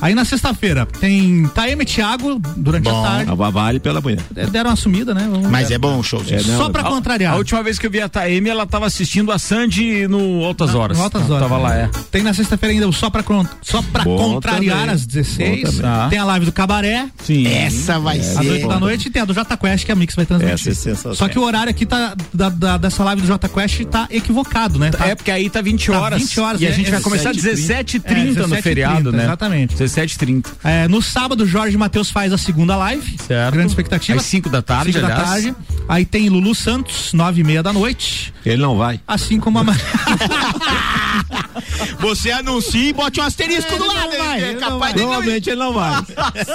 C: Aí na sexta-feira tem Taeme e Thiago durante
E: Bom.
C: a tarde.
D: A Vale pela manhã.
C: É, Deram uma sumida, né? Vamos
E: Mas
C: ver.
E: é bom o show.
D: É, não,
C: Só pra contrariar.
A: A última vez que eu vi a Taeme, ela tava assistindo a Sandy no Altas
C: Na-
A: Horas.
C: no Altas Horas,
A: Tava
C: né?
A: lá, é.
C: Tem na sexta-feira ainda o Só Pra, Con- só pra
D: Bom
C: Contrariar
D: também.
C: às 16.
D: Bom
A: também.
C: Tem a live do Cabaré,
A: Sim.
E: Essa
A: É,
E: vai
C: às
E: ser.
C: 8 da noite, e tem a do Jota Quest, que a Mix vai
D: Essa
C: transmitir.
D: é sensacional.
C: Só que o horário aqui tá, da- da- dessa live do Jota Quest tá equivocado, né? Tá-
A: É porque aí tá 20
C: Tá
A: horas.
C: 20 horas,
A: e a
C: né?
A: gente vai
C: 17h30.
A: começar 17h30
C: É,
A: no
C: 17h30,
A: feriado, né?
C: exatamente.
A: 17h30.
C: É, no sábado, Jorge Matheus faz a segunda live.
A: Certo.
C: Grande expectativa.
A: Às 5 da tarde,
C: Cinco da
A: aliás.
C: tarde. Aí tem Lulu Santos, nove e meia da noite.
D: Ele não vai.
C: Assim como a Maria.
E: Você anuncia e bote um asterisco
C: Ele
E: do
C: não
E: lado. hein?
C: vai,
E: é
C: ele É.
E: capaz de não ir.
D: Provavelmente ele não vai.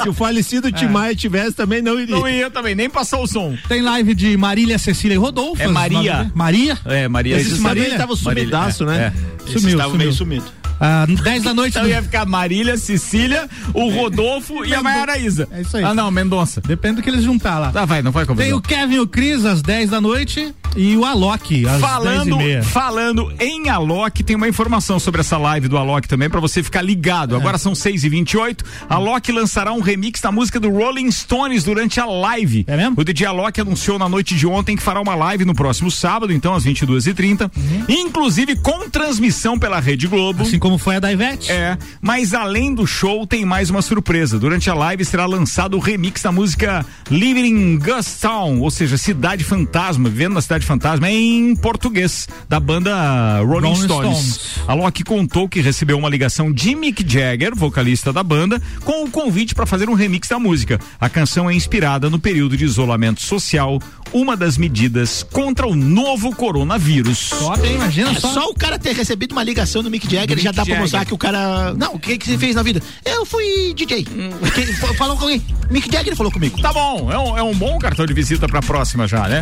D: Se o falecido Tim Maia tivesse, também não iria.
A: Não ia também, nem passou o som.
C: Tem live de Marília, Cecília e Rodolfo.
A: É
C: às
A: Maria.
C: nove e meia. Maria.
A: É, Maria.
D: Esse
A: Maria-
D: Marília tava sumidaço,
A: Marília,
D: né?
A: é,
E: Esse
C: Sumiu,
E: tava
C: sumiu.
E: meio sumido.
C: Ah, dez da noite.
A: Então ia ficar Marília, Cecília, o Rodolfo e a Maiara Isa.
C: É isso aí.
A: Ah, não, Mendonça.
C: Depende do que eles juntar lá.
A: Tá, vai, não vai
C: Tem
A: conversar.
C: o Kevin e o Cris às 10 da noite e o Alok às
A: Falando,
C: 10 e meia.
A: falando em Alok, tem uma informação sobre essa live do Alok também pra você ficar
C: É.
A: ligado. Agora são 6h28. Alok lançará um remix da música do Rolling Stones durante a live.
C: É mesmo?
A: O DJ Alok anunciou na noite de ontem que fará uma live no próximo sábado, então às 22h30.
C: Uhum.
A: Inclusive com transmissão pela Rede Globo.
C: Assim como foi a da Ivete.
A: um É, mas além do show tem mais uma surpresa. Durante a live será lançado o remix da música Living in Ghost Town, ou seja, Cidade Fantasma, vivendo na Cidade Fantasma em português, da banda Rolling,
C: Rolling
A: Stones.
C: Stones.
A: A Loki contou que recebeu uma ligação de Mick Jagger, vocalista da banda, com o convite para fazer um remix da música. A canção é inspirada no período de isolamento social, uma das medidas contra o novo coronavírus.
C: Top, hein? Imagina
E: É
C: só.
E: só o cara ter recebido uma ligação do Mick Jagger, já dá pra
A: Jagger.
E: mostrar que o cara. Não, o que, que você fez na vida? Eu fui DJ. Quem- f- falou com alguém. Mick Jagger falou comigo.
A: Tá bom, é um, é um bom cartão de visita pra próxima já, né?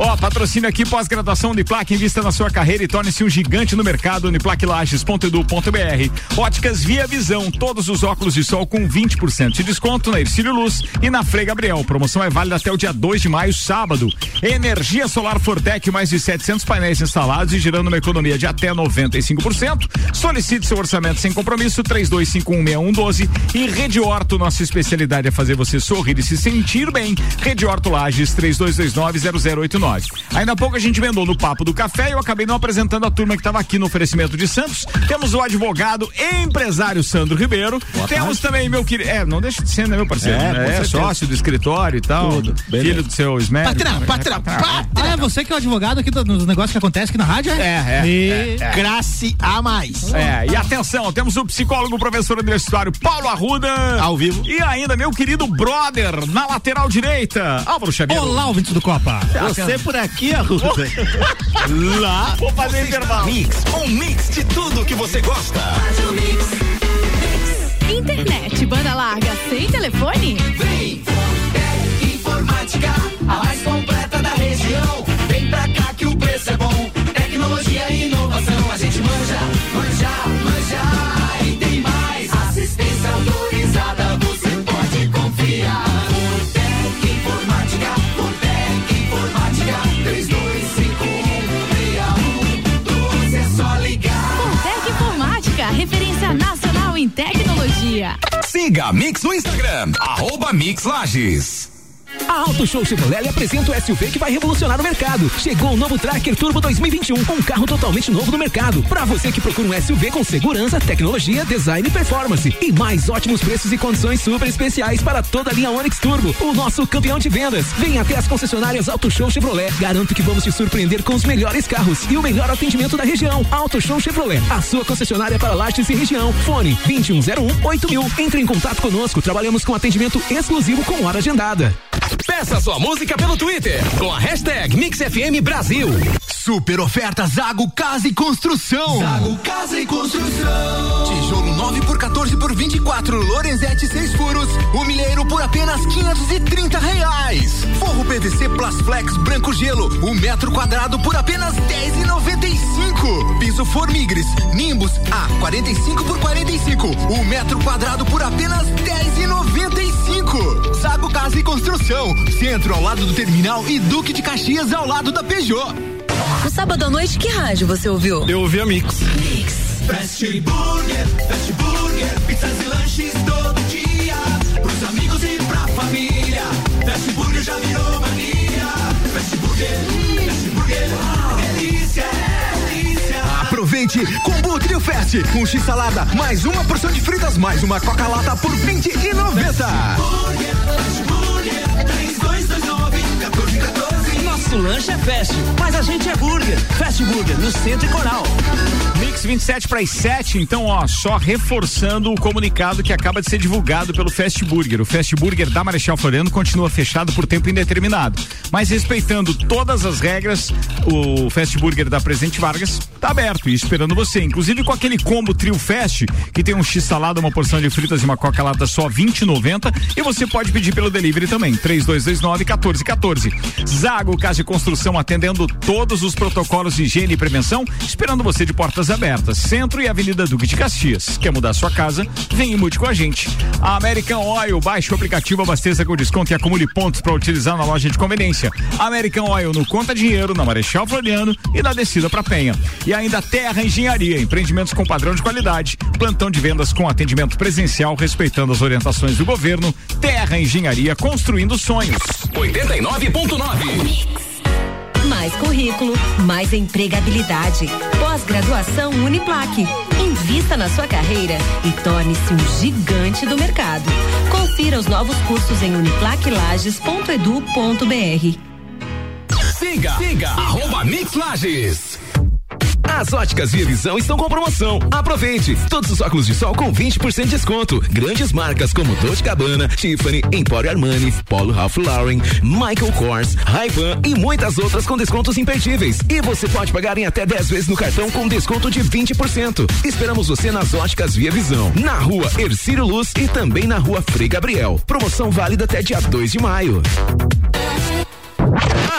A: Ó, patrocínio aqui, pós-graduação Uniplac, invista na sua carreira e torne-se um gigante no mercado, uniplaclages.edu.br. Óticas Via Visão, todos os óculos de sol com 20% de desconto na Ercílio Luz e na Frei Gabriel. Promoção é válida até o dia 2 de maio, sábado. Energia Solar Fortec, mais de 700 painéis instalados e gerando uma economia de até 95%. Solicite seu orçamento sem compromisso, 32516112 e Rede Horto, nossa especialidade é fazer você sorrir e se sentir bem. Rede Horto Lages 32290089. Ainda há pouco a gente vendou no papo do café e eu acabei não apresentando a turma que estava aqui no oferecimento de Santos. Temos o advogado e empresário Sandro Ribeiro. Temos também meu querido, é, não deixa de ser, né, meu parceiro?
D: É, com
A: É,
D: certeza.
A: sócio do escritório e tal.
D: Tudo, beleza.
A: Filho do seu Smer.
E: Patrão, patrão, patrão.
C: Ah, é você que é o advogado aqui do- dos negócios que acontece aqui na rádio?
A: É, é,
C: E-
E: Graça a mais.
A: É, e atenção, temos o psicólogo professor universitário Paulo Arruda.
E: Ao vivo.
A: E ainda meu querido brother na lateral direita, Álvaro Xavier.
C: Olá, ouvintes do Copa.
A: Ah,
E: Você por aqui, Arruda.
A: Lá. Vou fazer intervalo.
J: Mix, um mix de tudo que você gosta.
K: Internet, banda larga, sem telefone?
J: Vem, Fortec Informática, a mais completa da região. Vem pra cá que o preço é bom. Tecnologia e inovação, a gente manja, manja, manja. E tem mais, assistência autorizada, você pode confiar. Fortec Informática, Fortec Informática, 32516112, é só ligar.
K: Fortec Informática, referência nacional em tecnologia.
J: Siga a Mix no Instagram, arroba Mix Lages.
B: A Auto Show Chevrolet apresenta o SUV que vai revolucionar o mercado. Chegou o novo Tracker Turbo 2021, um carro totalmente novo no mercado. Para você que procura um SUV com segurança, tecnologia, design e performance. E mais ótimos preços e condições super especiais para toda a linha Onix Turbo, o nosso campeão de vendas. Vem até as concessionárias Auto Show Chevrolet. Garanto que vamos te surpreender com os melhores carros e o melhor atendimento da região. Auto Show Chevrolet, a sua concessionária para Lages e região. Fone 2101 8000. Entre em contato conosco, trabalhamos com atendimento exclusivo com hora agendada.
J: Peça sua música pelo Twitter com a hashtag MixFM Brasil.
I: Super oferta Zago Casa e Construção.
J: Zago Casa e Construção.
I: Tijolo 9 por 14 por 24, Lorenzetti 6 furos, o milheiro por apenas 530 reais. Forro PVC Plus Flex Branco Gelo, um metro quadrado por apenas 10,95. Piso Formigres, Nimbus A 45 por 45, um metro quadrado por apenas 10,95. Zago Casa e Construção, centro ao lado do terminal e Duque de Caxias ao lado da Peugeot.
K: No sábado à noite, que rádio você ouviu?
D: Eu ouvi a Mix.
J: Fast Burger, Fast Burger, pizzas e lanches todo dia. Pros amigos e pra família, Fast Burger já virou mania. Fast Burger, Fast Burger, delícia, delícia.
L: Aproveite Combo Trio Fest, um X salada, mais uma porção de fritas, mais uma Coca-Lata por 20 e 90.
J: Burger, Fast Burger, 3229, 1414.
M: Nosso lanche é fast, mas a gente é burger. Fast Burger, no Centro e Coral.
A: Mix 27 para as 7, então, ó, só reforçando o comunicado que acaba de ser divulgado pelo Fast Burger. O Fast Burger da Marechal Floriano continua fechado por tempo indeterminado. Mas respeitando todas as regras, o Fast Burger da Presidente Vargas tá aberto e esperando você. Inclusive com aquele combo Trio Fest, que tem um X salada, uma porção de fritas e uma coca-lata só 20,90. E você pode pedir pelo delivery também, 3229-1414. Zago Casa de Construção atendendo todos os protocolos de higiene e prevenção, esperando você de portas abertas. Centro e Avenida Duque de Caxias. Quer mudar sua casa? Vem e mude com a gente. A American Oil, baixe o aplicativo, abasteça com desconto e acumule pontos para utilizar na loja de conveniência. American Oil no Conta Dinheiro, na Marechal Floriano e na descida para Penha. E ainda Terra Engenharia, empreendimentos com padrão de qualidade, plantão de vendas com atendimento presencial, respeitando as orientações do governo. Terra Engenharia construindo sonhos.
B: 89.9.
N: Mais currículo, mais empregabilidade. Pós-graduação Uniplaque. Invista na sua carreira e torne-se um gigante do mercado. Confira os novos cursos em uniplaquelages.edu.br.
B: Siga, siga, arroba Mix Lages. As óticas Via Visão estão com promoção. Aproveite! Todos os óculos de sol com 20% de desconto. Grandes marcas como Dolce Gabbana, Tiffany, Emporio Armani, Polo Ralph Lauren, Michael Kors, Ray-Ban e muitas outras com descontos imperdíveis. E você pode pagar em até 10 vezes no cartão com desconto de 20%. Esperamos você nas óticas Via Visão, na rua Ercílio Luz e também na rua Frei Gabriel. Promoção válida até dia 2 de maio.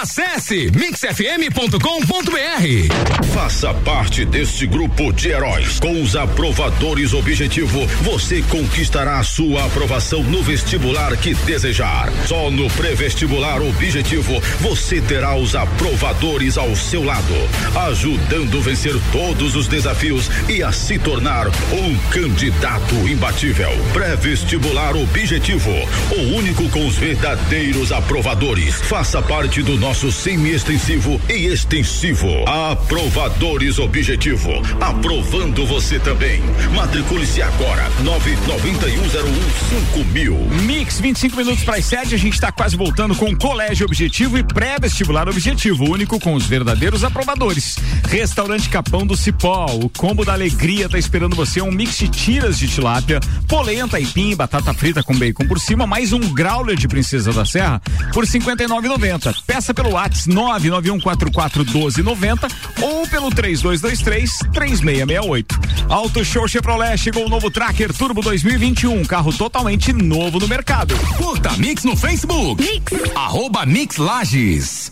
B: Acesse mixfm.com.br.
O: Faça parte deste grupo de heróis. Com os aprovadores objetivo, você conquistará sua aprovação no vestibular que desejar. Só no pré-vestibular objetivo, você terá os aprovadores ao seu lado, ajudando a vencer todos os desafios e a se tornar um candidato imbatível. Pré-vestibular objetivo, o único com os verdadeiros aprovadores. Faça parte do nosso semi-extensivo e extensivo. Aprovadores Objetivo. Aprovando você também. Matricule-se agora. 99101 5000.
A: Mix, 25 minutos para as 7, a gente está quase voltando com Colégio Objetivo e Pré-Vestibular Objetivo, único com os verdadeiros aprovadores. Restaurante Capão do Cipó, o combo da alegria tá esperando você, um mix de tiras de tilápia, polenta, aipim, batata frita com bacon por cima, mais um growler de Princesa da Serra por 59,90. Peça pelo Whats 991441290 ou pelo 3223-3668. Auto Show Chevrolet chegou o novo Tracker Turbo 2021, carro totalmente novo no mercado.
B: Curta Mix no Facebook. Arroba Mix Lages.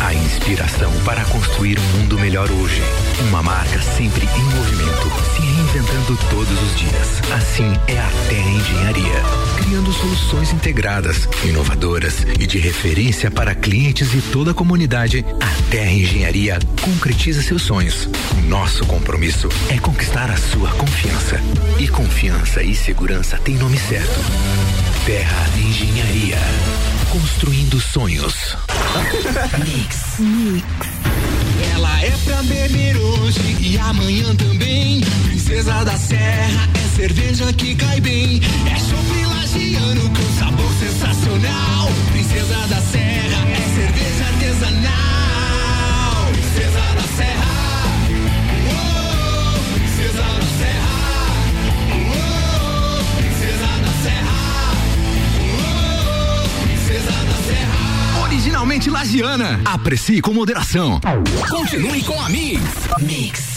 P: A inspiração para construir um mundo melhor hoje. Uma marca sempre em movimento, se reinventando todos os dias. Assim é a Terra Engenharia, criando soluções integradas, inovadoras e de referência para clientes e toda a comunidade. A Terra Engenharia concretiza seus sonhos. O nosso compromisso é conquistar a sua confiança. E confiança e segurança têm nome certo. Terra Engenharia, construindo sonhos.
J: Mix. Ela é pra beber hoje e amanhã também. Princesa da Serra é cerveja que cai bem. É chopp lagiano com sabor sensacional. Princesa da Serra é cerveja artesanal. Princesa da Serra. Oh, Princesa da Serra. Oh, Princesa da Serra. Oh, Princesa da Serra.
Q: Originalmente lagiana. Aprecie com moderação.
B: Continue com a Mix. Mix.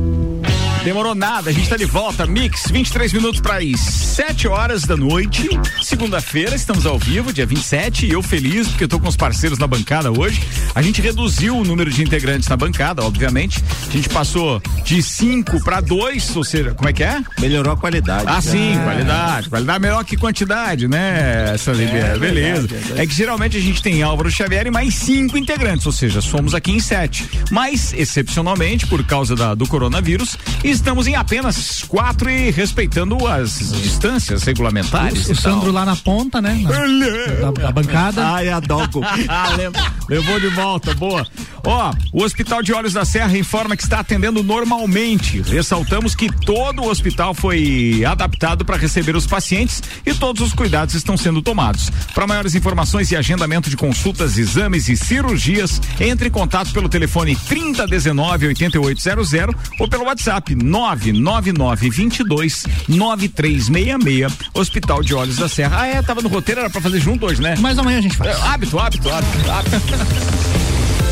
A: Demorou nada, a gente tá de volta. Mix, 23 minutos para as 7 horas da noite. Segunda-feira, estamos ao vivo, dia 27. E eu feliz, porque eu tô com os parceiros na bancada hoje. A gente reduziu o número de integrantes na bancada, obviamente. A gente passou de 5 para 2, ou seja, como é que é?
D: Melhorou a qualidade.
A: Ah, sim, qualidade. Qualidade melhor que quantidade, né, Sandra?
D: É,
A: Beleza.
D: verdade,
A: É que geralmente a gente tem Álvaro Xavier e mais cinco integrantes, ou seja, somos aqui em sete. Mas, excepcionalmente, por causa da- do coronavírus, estamos em apenas quatro e respeitando as distâncias regulamentares. e
C: O, o
D: é um
A: tal.
C: Sandro lá na ponta, né? Na, da, da bancada.
A: Ai, adogo. ah, lem- levou de volta, boa. Ó, o Hospital de Olhos da Serra informa que está atendendo normalmente. Ressaltamos que todo o hospital foi adaptado para receber os pacientes e todos os cuidados estão sendo tomados. Para maiores informações e agendamento de consultas, exames e cirurgias, entre em contato pelo telefone 3019 8800 ou pelo WhatsApp 999 22 9366. Hospital de Olhos da Serra. Ah, é, tava no roteiro, era para fazer junto hoje, né?
C: Mas amanhã a gente faz.
A: É, hábito, hábito, hábito, hábito.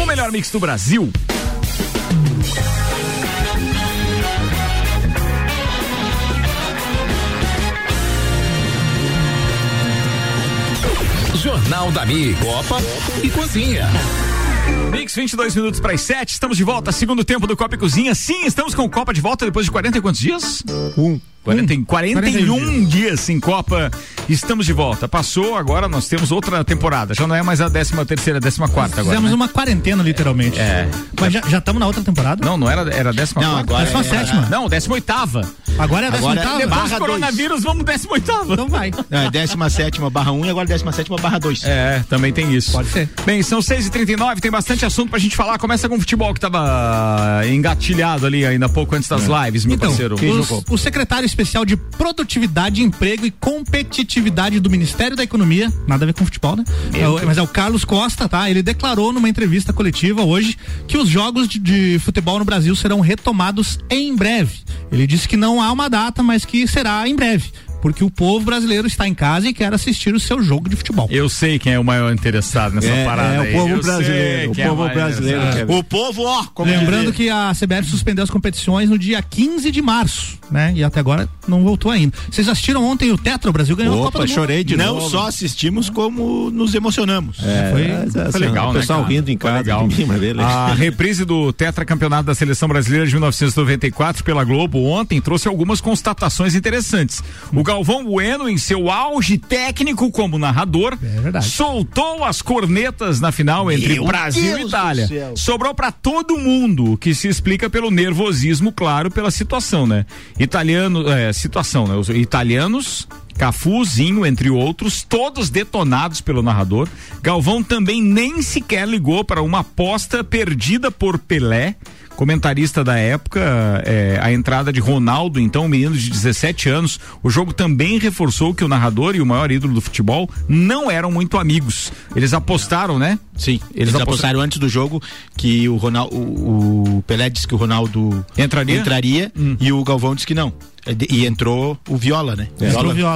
A: O melhor mix do Brasil.
B: Jornal da Mi, Copa e Cozinha.
A: Mix 22 minutos para as 7, estamos de volta, segundo tempo do Copa e Cozinha. Sim, estamos com Copa de volta depois de 40 e quantos dias? Um. 40, e- 41 dias sem Copa. Estamos de volta. Passou, agora nós temos outra temporada. Já não é mais a 13 terceira, 14 quarta agora.
C: Fizemos
A: né?
C: uma quarentena, literalmente.
A: É.
C: Mas já estamos na outra temporada?
A: Não, não era, era a décima
C: Não, agora
A: Décima
C: é-
A: sétima. Não, décima oitava.
C: Agora é
E: Agora
C: a décima
E: é
C: oitava?
E: barra dois.
A: vamos décima oitava.
C: Então vai.
E: Não, é 17 barra 1 e agora 17 barra 2.
A: É, também tem isso. Pode ser. Bem, são 6h39, tem bastante assunto pra gente falar. Começa com o futebol que tava eh, engatilhado ali ainda há pouco antes das lives, meu
C: Então,
A: parceiro.
C: os- o secretário especial de Produtividade, Emprego e Competitividade do Ministério da Economia, nada a ver com futebol, né? É o- mas é o Carlos Costa, tá? Ele declarou numa entrevista coletiva hoje que os jogos de, de futebol no Brasil serão retomados em breve. Ele disse que não há uma data, mas que será em breve. Porque o povo brasileiro está em casa e quer assistir o seu jogo de futebol.
A: Eu sei quem é o maior interessado nessa
C: É,
A: parada.
C: é, o
A: aí.
C: povo
A: Eu sei é
C: brasileiro,
A: quem
C: o povo
A: maior
C: brasileiro é
A: interessado.
C: quer ver.
E: O povo, ó, como
C: Lembrando que a CBF suspendeu as competições no dia 15 de março, né? E até agora não voltou ainda. Vocês assistiram ontem o Tetra, o Brasil ganhou a Copa do Mundo.
E: Não só assistimos, como nos emocionamos.
D: É, foi- mas, assim, o pessoal
A: cara?
D: rindo em
A: Foi
D: casa,
A: legal. Ah,
D: ninguém, mas beleza.
A: A reprise do tetracampeonato da Seleção Brasileira de 1994 pela Globo ontem trouxe algumas constatações interessantes. O Galvão Bueno, em seu auge técnico como narrador, soltou as cornetas na final entre
J: É Meu
A: Brasil
J: Deus
A: e
J: do
A: Itália.
J: céu.
A: Sobrou pra todo mundo, o que se explica pelo nervosismo, claro, pela situação, né? Italiano, é, situação, né? Os italianos, Cafuzinho, entre outros, todos detonados pelo narrador. Galvão também nem sequer ligou para uma aposta perdida por Pelé. Comentarista da época, é, a entrada de Ronaldo, então um menino de 17 anos. O jogo também reforçou que o narrador e o maior ídolo do futebol não eram muito amigos. Eles apostaram, né?
E: Sim, eles apostaram antes do jogo que o Ronaldo, o, o Pelé disse que o Ronaldo
A: entraria,
E: e o Galvão disse que não. É E entrou o Viola, né?
D: É.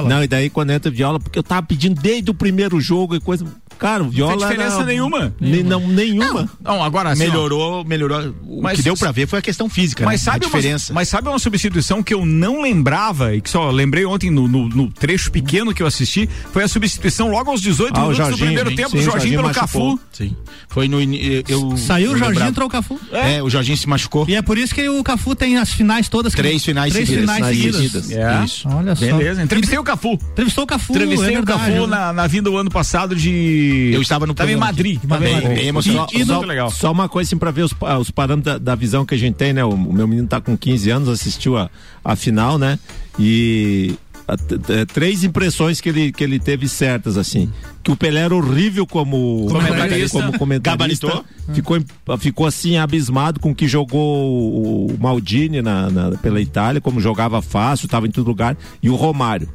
D: Não, e daí quando entra viola, porque eu tava pedindo desde o primeiro jogo e coisa. Cara, o viola.
E: tem diferença
D: não-
E: nenhuma.
D: Ne- não, nenhuma.
A: Não, agora assim, ó.
E: melhorou, melhorou. O
A: Mas-
E: que deu pra ver foi a questão física,
A: Mas
E: né?
A: sabe,
E: a diferença.
A: Uma, mas sabe uma substituição que eu não lembrava e que só lembrei ontem no, no- no trecho pequeno que eu assisti? Foi a substituição logo aos 18
E: Ah, o
A: minutos do
E: Jorginho,
A: primeiro
E: sim,
A: tempo
E: sim,
A: do
E: o
A: Jorginho,
E: Jorginho
A: pelo
E: machucou.
A: Cafu.
E: Sim. Foi no ini- eu
C: Saiu o
E: eu
C: Jorginho,
E: lembrava.
C: entrou o Cafu.
E: É. o Jorginho se machucou.
C: E é por isso que o Cafu tem as finais todas. que-
E: Três finais
C: três
E: seguidas.
C: finais seguidas.
A: É.
C: Isso. Olha só.
A: Beleza, entrevistei o Cafu.
C: Entrevistou o Cafu.
A: Entrevistei
C: é
A: o
C: verdade,
A: Cafu
C: é
A: na, na vinda do ano passado de. Eu
E: estava no
A: Tava em
D: programa
A: Madrid.
D: aqui.
A: Tava em Madrid.
D: Só,
A: Muito
D: só-
A: legal.
D: só uma coisa assim pra ver os, pa- os parâmetros da, da visão que a gente tem, né? O, o meu menino tá com 15 anos, assistiu a, a final, né? E a t- t- três impressões que ele, que ele teve certas, assim. Que o Pelé era horrível como
E: Comentarista.
D: como comentarista.
E: Gabaritou.
D: Ficou, em- ficou assim, abismado com o que jogou o, o Maldini na, na- pela Itália, como jogava fácil, tava em todo lugar. E o Romário.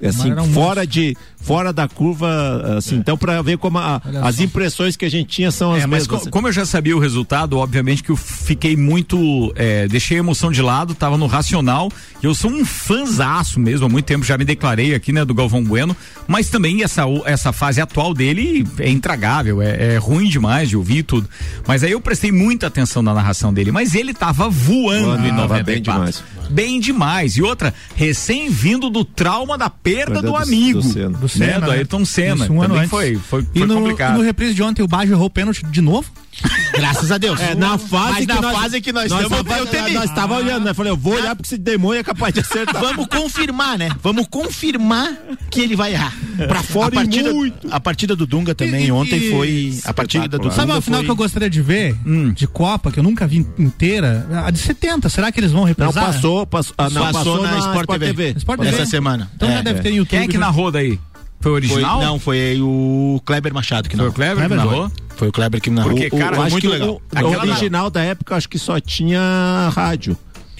D: Assim,
C: Romário era um
D: fora de fora da curva, assim, então para ver como a- as impressões que a gente tinha são as
A: É, mas
D: mesmas. assim.
A: co- como eu já sabia o resultado, obviamente que eu fiquei muito. é, deixei a emoção de lado, tava no racional. E eu sou um fãzaço mesmo, há muito tempo já me declarei aqui, né, do Galvão Bueno. Mas também essa, o- essa fase atual dele é intragável, é, é ruim demais de ouvir tudo. Mas aí eu prestei muita atenção na narração dele. Mas ele tava voando
D: Ah,
A: em
D: tava bem
A: 94.
D: demais.
A: Bem demais. E outra, recém-vindo do trauma da perda
D: Perda
A: do,
D: do-
A: amigo.
D: do Senna.
A: né,
C: Senna,
A: do
C: né?
A: Ayrton Senna.
C: Isso, um ano
A: também
C: antes.
A: foi, foi,
C: E
A: foi
C: no,
A: complicado.
C: no reprise de ontem, o Baggio errou o pênalti de novo?
E: Graças a Deus.
D: É, na fase
E: Mas
D: que
E: na
D: nós,
E: fase que nós
D: nós
E: estamos,
D: tava-
E: eu temi.
D: Nós tava olhando, né? Falei, eu vou olhar porque esse demônio é capaz de acertar.
E: Vamos confirmar, né? Vamos confirmar que ele vai errar. Pra fora a partida, a partida do Dunga também
C: E-
E: ontem
C: e-
E: foi. A partida do Dunga.
C: Sabe uma final
E: foi-
C: que eu gostaria de ver? De Copa, que eu nunca vi inteira? A de 70, será que eles vão reprisar?
D: Não, passou, passou- ah, não, passou na Sport TV.
C: Sport
E: Essa semana.
C: Então já
E: É.
C: deve ter em YouTube.
E: Quem é que
C: né?
E: narrou
A: daí? Foi o original?
E: Foi- não, foi o Kleber Machado que narrou.
A: Foi o Kleber que narrou?
E: Foi o Kleber que narrou.
D: Porque, cara,
E: eu acho
D: muito
E: que
D: legal. O,
E: Aquela
D: original da época, acho que só tinha rádio.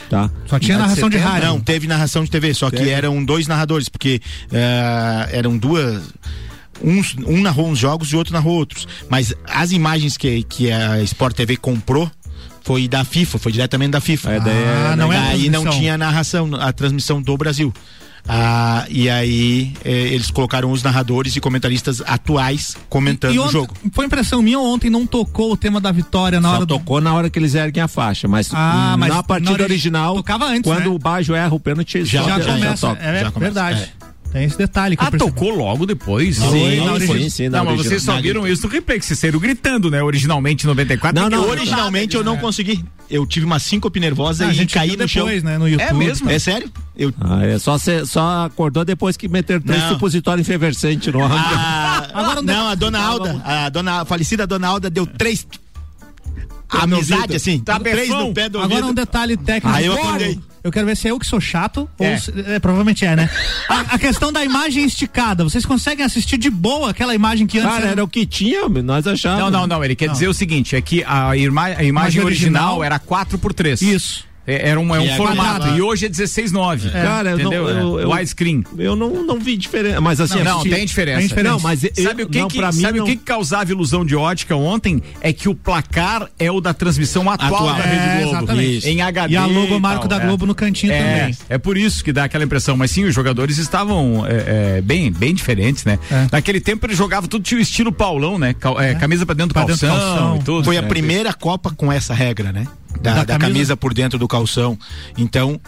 D: Tá?
E: Não, teve narração de TV, só que
D: Teve.
E: eram dois narradores, porque eh, eram duas. Uns, um narrou uns jogos e outro narrou outros. Mas as imagens que, que a Sport TV comprou foi da FIFA, foi diretamente da FIFA.
D: daí é-
E: não
D: não é a
E: Aí não
D: transmissão.
E: tinha a narração, a transmissão do Brasil. Ah, e aí eh, eles colocaram os narradores e comentaristas atuais comentando
C: E
E: o
C: ontem-
E: jogo.
C: Foi impressão minha ou ontem não tocou o tema da vitória na
D: Só
C: hora do.
D: tocou na hora que eles erguem a faixa, mas,
C: Ah,
D: hum,
C: mas
D: na partida
C: na hora-
D: original,
C: tocava antes,
D: quando
C: né?
D: o Bajo erra o pênalti,
C: Já,
D: só-
C: começa.
D: toca.
C: é
D: Já começa.
C: verdade.
E: É.
C: Tem esse detalhe que
A: Ah,
C: eu percebi.
A: tocou logo depois?
D: Sim,
A: Foi,
D: sim,
A: origi-
D: sim, sim, na
A: Não, mas
D: original.
A: vocês só
D: Na
A: viram isso no replay, que vocês saíram gritando, né? Originalmente 94.
E: Não,
A: tem que-
E: não, originalmente eu não consegui. Eu tive uma síncope nervosa
C: Ah, a
E: e
C: gente
E: caí
C: viu
E: no chão.
C: depois, né, no
E: É
C: YouTube.
E: mesmo? É sério? Eu...
D: Ah, é, só, cê- só acordou depois que meteram três
E: Não.
D: supositórios enfervescentes no ar.
E: Ah, não, a dona Alda, a dona a falecida dona Alda deu três. amizade, assim. três no pé do
C: Agora
E: ouvido.
C: um detalhe técnico.
E: Aí eu
C: Claro.
E: acordei.
C: Eu quero ver se é eu que sou chato
E: É.
C: ou se- é, provavelmente é, né? A, a questão da imagem esticada, vocês conseguem assistir de boa aquela imagem que antes
D: Cara, era o que tinha, nós achávamos.
A: Não, não, não. Ele quer
C: Não.
A: dizer o seguinte: é que a, irma- a imagem
C: Imagem
A: original,
C: original
A: era 4x3. Isso. era um, é um
D: E é
A: formato.
D: quadrado.
A: E hoje é 16,9.
D: É. Cara, eu não-
A: entendeu? É.
D: eu- eu-
A: Widescreen.
D: Eu não, não vi diferença. Mas assim,
A: não, não,
D: assisti-
A: tem diferença.
D: Não, mas eu,
A: sabe o que,
D: não,
A: que-
D: pra mim
A: sabe o
D: não-
A: que que causava ilusão de ótica ontem? É que o placar é o da transmissão atual,
E: Atual.
A: da Rede
E: É,
A: Globo.
E: exatamente. Isso.
A: Em HD.
C: E a
A: logomarca
C: logomarca da Globo no cantinho
A: é,
C: também.
A: É por isso que dá aquela impressão. Mas sim, os jogadores estavam é, é, bem, bem diferentes, né? Naquele tempo eles jogavam tudo tinha o estilo Paulão, né? Cal- é, Camisa pra dentro do
E: Pra
A: calção,
E: dentro do calção.
A: e tudo.
E: Foi a
A: né?
E: primeira Copa com essa regra, né? Da,
A: Da camisa?
E: da camisa? por dentro do calção. Então.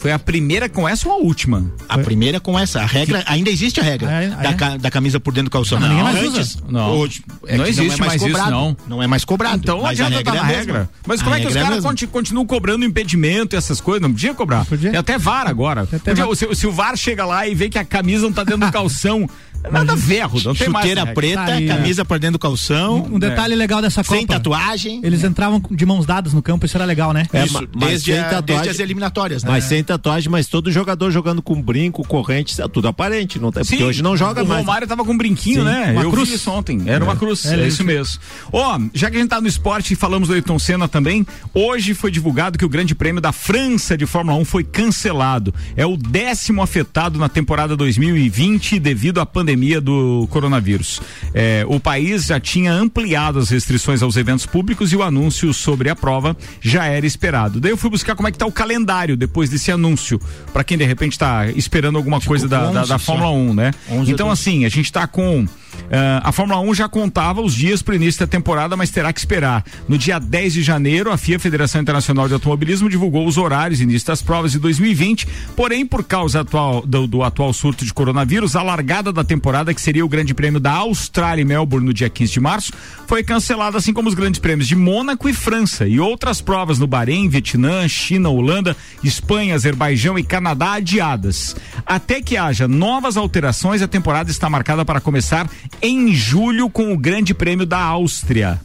A: Foi a primeira com essa ou a última?
E: A primeira com essa. A regra. Ainda existe a regra
A: Ah, é?
E: da, ca- da camisa por dentro do calção.
A: Não, ninguém mais usa.
E: Antes,
A: Não.
E: Hoje, é
A: Não
E: que
A: existe mais isso,
E: cobrado.
A: não.
E: Não é mais cobrado.
A: Então não
E: mas a
A: adianta estar na
E: é a mesma.
A: regra. Mas como
E: A
A: é que os
E: regra é a
A: caras
E: mesma.
A: conti- continuam cobrando impedimento e essas coisas? Não podia cobrar. Tem até VAR agora. Podia- se, se o VAR chega lá e vê que a camisa não tá dentro do calção, nada verro, não tem mais.
E: Chuteira
A: regra. é.
E: preta,
C: Tá aí,
E: camisa por dentro do calção.
C: Um detalhe legal dessa Copa.
E: É. Sem tatuagem.
C: Eles entravam de mãos dadas no campo, isso era legal, né?
D: É,
E: Isso,
D: ma- mas
E: desde,
D: sem
E: a-
D: tatuagem-
E: desde as eliminatórias, né?
D: Mas sem tatuagem, mas todo jogador jogando com brinco, corrente, é tudo aparente. Não, tem-
A: Sim,
D: porque hoje não joga
A: o
D: mais.
A: Romário tava com um brinquinho,
D: Sim,
A: né?
D: uma
A: Eu
D: cruz.
A: vi isso ontem. Era uma
D: É.
A: cruz.
D: É,
A: É,
D: ele-
A: isso mesmo. Ó, já que a gente tá no esporte e falamos do Ayrton Senna também, hoje foi divulgado que o Grande Prêmio da França de Fórmula 1 foi cancelado. É o décimo afetado na temporada 2020 devido à pandemia do coronavírus. É, o país já tinha ampliado as restrições aos eventos públicos e o anúncio sobre a prova já era esperado. Daí eu fui buscar como é que tá o calendário depois desse anúncio, para quem de repente tá esperando alguma coisa da, da,
E: 11
A: da
E: só.
A: Fórmula 1, né?
E: 11
A: Então,
E: do-
A: assim, a gente tá com. ah, a Fórmula 1 já contava os dias para o início da temporada, mas terá que esperar. No dia 10 de janeiro, a FIA, Federação Internacional de Automobilismo, divulgou os horários e início das provas de 2020. Porém, por causa atual, do, do atual surto de coronavírus, a largada da temporada, que seria o Grande Prêmio da Austrália e Melbourne no dia 15 de março, foi cancelada, assim como os Grandes Prêmios de Mônaco e França e outras provas no Bahrein, Vietnã, China, Holanda, Espanha, Azerbaijão e Canadá adiadas. Até que haja novas alterações, a temporada está marcada para começar em julho com o Grande Prêmio da Áustria.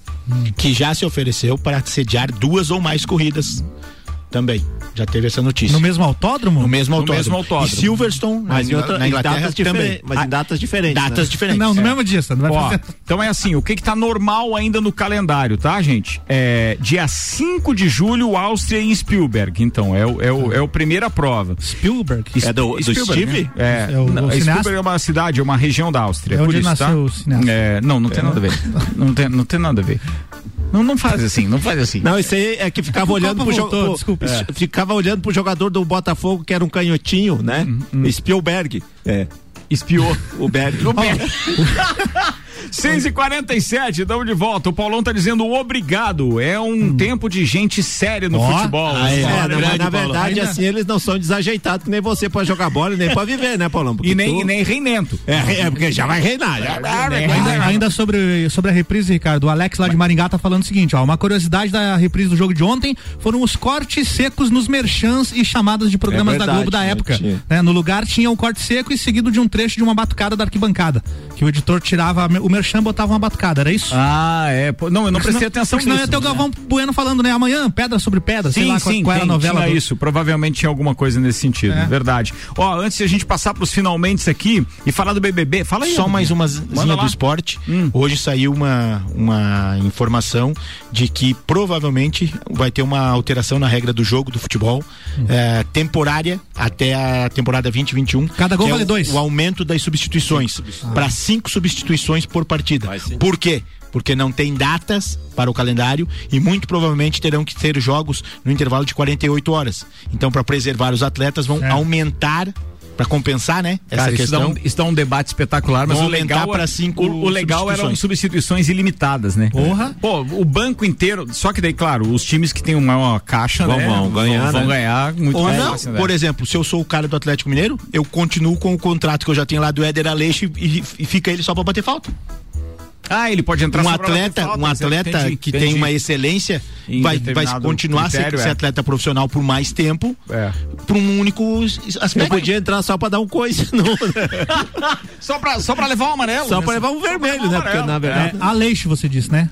E: que já se ofereceu para sediar duas ou mais corridas também. Já teve essa notícia.
C: No mesmo autódromo?
E: No mesmo
C: No
E: autódromo.
C: mesmo autódromo.
E: E Silverstone, na,
A: Mas em outra-
E: na
A: em
E: Inglaterra
A: datas
E: também.
A: diferen- mas em
E: Ah,
A: datas diferentes,
E: Datas
A: né?
E: diferentes.
A: Não, no mesmo
C: dia, Sandro, vai
A: Ó,
C: fazer-
A: então é assim, o que que tá normal ainda no calendário, tá, gente? É dia 5 de julho, Áustria em Spielberg. Então, é o, é o, é o primeira prova.
C: Spielberg?
A: É do, do Steve? É,
C: É o-
A: não,
C: o cineasta?
A: Spielberg é uma cidade, é uma região da Áustria.
C: É onde
A: por isso,
C: nasceu
A: tá?
C: o cineasta.
A: É, não, não tem nada a ver. Não tem, não tem nada a ver. Não, não faz assim, não faz assim.
D: Não, isso aí é que ficava
A: O
D: olhando
A: Copa
D: pro
A: voltou,
D: jogador.
A: desculpa. É.
D: Ficava olhando pro jogador do Botafogo, que era um canhotinho, né? Spielberg. É.
A: Hum, Espiou.
D: O Berg.
A: O Berg. 6 e 47 estamos de volta. O Paulão tá dizendo obrigado. É
C: Hum.
A: um tempo de gente séria no
D: Ó,
A: futebol. né?
D: ah, é,
A: Olha,
D: é, não, mas
A: grande,
D: na
A: Paulão.
D: verdade, assim, eles não são desajeitados que nem você pra jogar bola e nem pra viver, né, Paulão?
A: E nem- e nem reinento.
D: É, é, porque já vai reinar. Já,
A: É.
C: Ainda, ainda sobre, sobre a reprise, Ricardo, o Alex lá de Maringá tá falando o seguinte, ó, uma curiosidade da reprise do jogo de ontem foram os cortes secos nos merchans e chamadas de programas
D: É verdade,
C: da Globo da
D: né,
C: época.
D: tinha.
C: né? No lugar tinha um corte seco e seguido de um trecho de uma batucada da arquibancada, que o editor tirava o merchan e botava uma batucada, era isso?
A: Ah, é. Pô, não, eu não prestei atenção
C: senão,
A: nisso,
C: Senão ia ter o
A: né?
C: Galvão Bueno falando, né, amanhã, pedra sobre pedra, sei
A: sim,
C: lá qual,
A: sim,
C: qual era a
A: tem,
C: novela.
A: tinha
C: do- É.
A: isso, provavelmente tinha alguma coisa nesse sentido, verdade. Ó, antes de a gente passar pros finalmente aqui e falar do BBB, fala aí.
E: Só mais uma
A: Manda
E: zinha
A: lá. Hum.
E: do esporte. Hoje saiu uma, uma informação de que provavelmente vai ter uma alteração na regra do jogo do futebol
A: Hum.
E: eh, temporária até a temporada 2021.
C: Cada gol
E: que é
C: vale
E: o-
C: dois.
E: O aumento das substituições para cinco substituições por partida. Por quê? Porque não tem datas para o calendário e muito provavelmente terão que ter jogos no intervalo de 48 horas. Então, para preservar os atletas, vão aumentar para compensar, né? Essa
A: Cara, isso dá,
E: questão.
A: um, isso dá um debate espetacular, mas
E: Vão
A: o legal,
E: aumentar pra
A: era-
E: cinco
A: o, o legal eram substituições ilimitadas, né?
E: Porra.
A: Pô, o banco inteiro, só que daí, claro, os times que têm uma maior caixa,
E: Vão-
A: né?
E: vão ganhar,
A: Vão
E: né?
A: ganhar muito
E: Ou
A: mais
E: não,
A: fácil, né?
E: por exemplo, se eu sou o cara do Atlético Mineiro, eu continuo com o contrato que eu já tenho lá do Éder Aleixo e, e fica ele só pra bater falta.
A: Ah, ele pode entrar
E: um
A: só pra bater
E: atleta,
A: falta,
E: um atleta
A: entendi,
E: que
A: entendi.
E: tem uma excelência
A: Em
E: vai, vai
A: determinado
E: continuar
A: critério,
E: sendo ser
A: é.
E: atleta profissional por mais tempo,
A: É.
E: por um único s- aspecto.
D: Eu podia entrar só pra dar um coice, não.
A: só, pra, só pra levar um amarelo.
D: Só pra levar um vermelho, né? Porque na verdade.
C: É, Aleixo, você disse, né?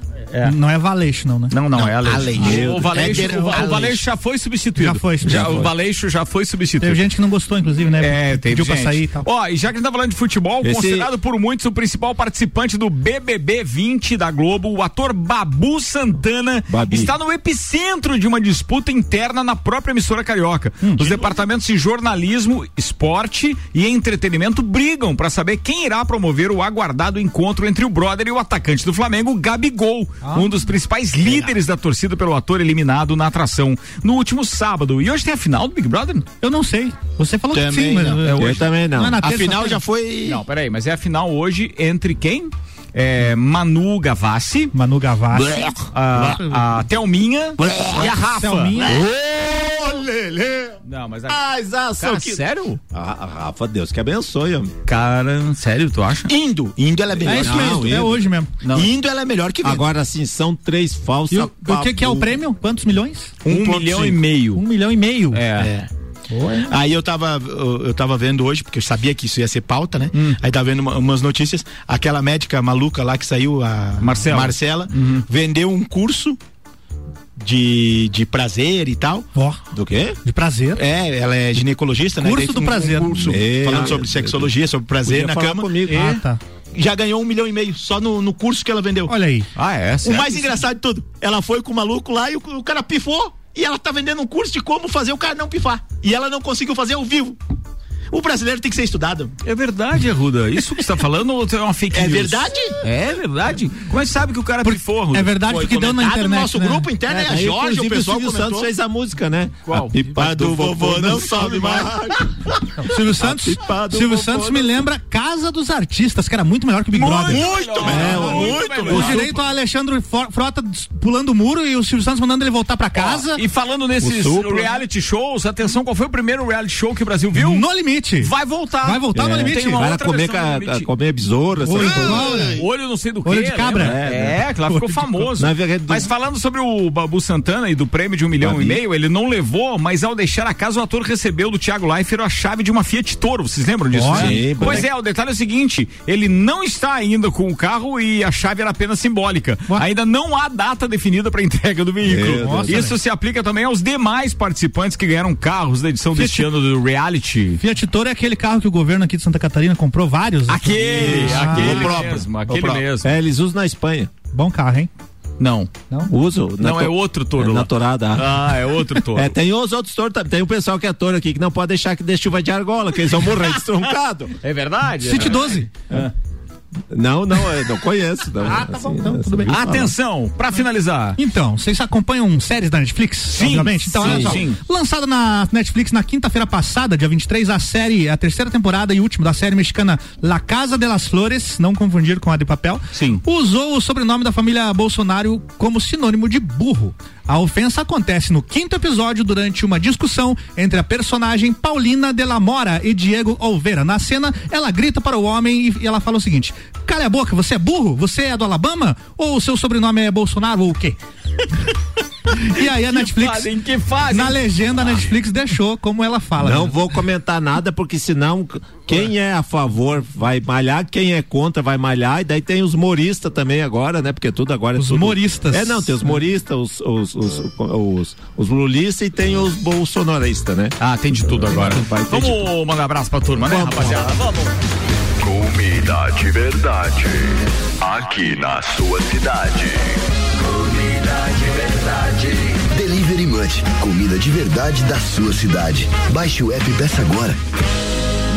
C: Não é Valeixo, não, né?
A: Não, não, é Aleixo.
C: Aleixo.
A: O, Valeixo,
C: Éder
A: o, Va- o
C: Aleixo.
A: Valeixo já foi substituído.
C: Já
E: É,
C: foi
A: Já,
C: substituído.
A: o Valeixo já foi substituído.
C: Teve gente que não gostou, inclusive, né?
A: É, teve
C: Pediu
A: gente.
C: pra sair e tal.
A: Ó, e já que a gente tá falando de futebol,
C: Esse-
A: considerado por muitos o principal participante do BBB 20 da Globo, o ator Babu Santana está no epicentro de uma disputa interna na própria emissora
C: Hum,
A: carioca. Os departamentos de jornalismo, esporte e entretenimento brigam para saber quem irá promover o aguardado encontro entre o brother e o atacante do Flamengo, Gabigol,
C: Ah.
A: um dos principais líderes da torcida pelo ator eliminado na atração no último sábado. E hoje tem a final do Big Brother?
C: Eu não sei. Você falou
A: que sim, mas é hoje.
C: é na
A: a
C: terça-feira?
A: final já foi. Não, peraí, mas é a final hoje entre quem? É, Manu Gavassi.
C: Manu Gavassi.
A: A, a Thelminha. e a Rafa.
D: Thelminha.
A: Ô, Lelê. Não, mas a.
D: Mas ação
A: Cara,
D: que-
A: sério?
D: Ah, Rafa, Deus que abençoe, homem.
A: Cara, sério, tu acha?
E: Indo. Indo ela é
C: É isso mesmo, é hoje mesmo.
E: Indo ela é melhor que
C: vento.
D: Agora sim, são três falsas.
C: E o, o que, que é o prêmio? Quantos milhões?
E: Um Um milhão e meio.
C: Um milhão e meio.
E: É. Aí eu tava, eu eu tava vendo hoje, porque eu sabia que isso ia ser pauta, né?
D: Hum.
E: Aí tava vendo uma- umas notícias. Aquela médica maluca lá que saiu, a
A: Marcela.
E: Marcela
D: Uhum.
E: vendeu um curso de, de prazer e tal.
D: Do quê?
C: De prazer.
E: É, ela é ginecologista, né?
D: Curso
E: Daí
D: do
E: um-
D: prazer.
E: Um curso
C: É,
D: Meu
E: falando
D: Deus.
E: sobre sexologia, sobre prazer
D: Podia
E: na
D: falar
E: cama.
D: comigo.
E: E
D: Ah,
C: tá.
E: Já ganhou um milhão e meio só no, no curso que ela vendeu.
C: Olha aí.
A: Ah, é?
E: O
A: Sério?
E: mais engraçado de tudo, ela foi com o maluco lá e o, o cara pifou e ela tá vendendo um curso de como fazer o cara não pifar. E ela não conseguiu fazer ao vivo. O brasileiro tem que ser estudado.
A: É verdade, Arruda. Isso que você tá falando ou é uma fake
E: É
A: news?
E: verdade?
A: É verdade. Como é que sabe que o cara por, forro?
C: é verdade porque deu na internet, né?
E: interno,
A: é a Jorge,
D: inclusive,
A: o pessoal
D: Silvio
A: comentou.
D: Santos fez a música, né?
A: Qual?
D: A pipa do vovô não sobe mais.
C: Silvio Santos,
D: Atipado,
C: Silvio
D: vovô,
C: Santos me lembra Casa dos Artistas, que era muito melhor que o Big Brother.
E: Muito melhor, muito
C: O
E: melhor.
C: direito a Alexandre Fro- Frota des- pulando o muro e o Silvio Santos mandando ele voltar pra casa.
A: E falando nesses
C: O Supla.
A: reality shows, atenção, qual foi o primeiro reality show que o Brasil viu?
C: No Limite. limite.
A: Vai voltar. É.
C: Vai voltar no limite.
D: É, Tem uma
C: Vai
D: outra comer
C: versão
D: ca-
C: do limite.
D: ca- comer besoura. essas
A: Olho,
D: coisas.
A: olho, olho não sei do que.
D: Olho de cabra.
A: É,
D: É,
A: é, claro, ficou
D: olho de
A: famoso.
D: cabra. Na verdade, do-
A: Mas falando sobre o Babu Santana e do prêmio de um milhão e
D: Babi.
A: meio, ele não levou, mas ao deixar a casa, o ator recebeu do Thiago Leifert a chave de uma Fiat Toro. Vocês lembram disso?
D: Olha.
A: né?
D: Sim,
A: pois
D: bem.
A: é, o detalhe é o seguinte: ele não está ainda com o carro e a chave era apenas simbólica. Ainda não há data definida para entrega do veículo.
D: Meu Deus.
A: Isso se aplica também aos demais participantes que ganharam carros da edição deste ano do reality.
C: Fiat Toro é aquele carro que o governo aqui de Santa Catarina comprou vários. né?
A: Aquele,
C: Ah,
A: aquele
C: o próprio.
A: mesmo,
C: O
A: aquele
C: próprio.
A: mesmo.
D: É, eles usam na Espanha.
C: Bom carro, hein?
A: Não.
C: Não?
D: Uso. na
A: Não, é outro touro
D: É
A: lá.
D: na torada.
A: Ah, é outro touro.
D: É, tem os outros touros também. Tem o pessoal que é touro aqui que não pode deixar que dê chuva de argola, que eles vão morrer destroncado.
A: É verdade?
D: City
A: É.
D: 12. Não, não, eu não conheço. Não, Assim,
C: Ah, tá bom, então, tudo bem.
A: Atenção, pra finalizar.
C: Então, vocês acompanham séries da Netflix?
A: Sim,
C: Obviamente. Então,
A: sim,
C: olha só.
A: sim.
C: Lançada na Netflix na quinta-feira passada, dia 23, a série, a terceira temporada e última da série mexicana La Casa de las Flores, não confundir com a de papel,
A: Sim.
C: usou o sobrenome da família Bolsonaro como sinônimo de burro. A ofensa acontece no quinto episódio durante uma discussão entre a personagem Paulina de la Mora e Diego Oliveira. Na cena, ela grita para o homem e- e ela fala o seguinte: Cala a boca, você é burro? Você é do Alabama? Ou o seu sobrenome é Bolsonaro ou o quê? E aí a Netflix.
A: fazem, que fazem?
C: Na legenda, a Netflix deixou como ela fala.
D: Não
C: né?
D: vou comentar nada, porque senão quem é a favor vai malhar, quem é contra vai malhar, e daí tem os moristas também agora, né? Porque tudo agora é Os
C: moristas.
D: É, não, tem os moristas, os, os, os, os, os lulistas e tem os bolsonaristas, né?
A: Ah, tem de tudo agora. Vamos mandar abraço pra turma, né, rapaziada? Vamos.
R: Comida de verdade. Aqui na sua cidade. Comida de verdade.
S: Delivery Munch, comida de verdade da sua cidade. Baixe o app e peça agora.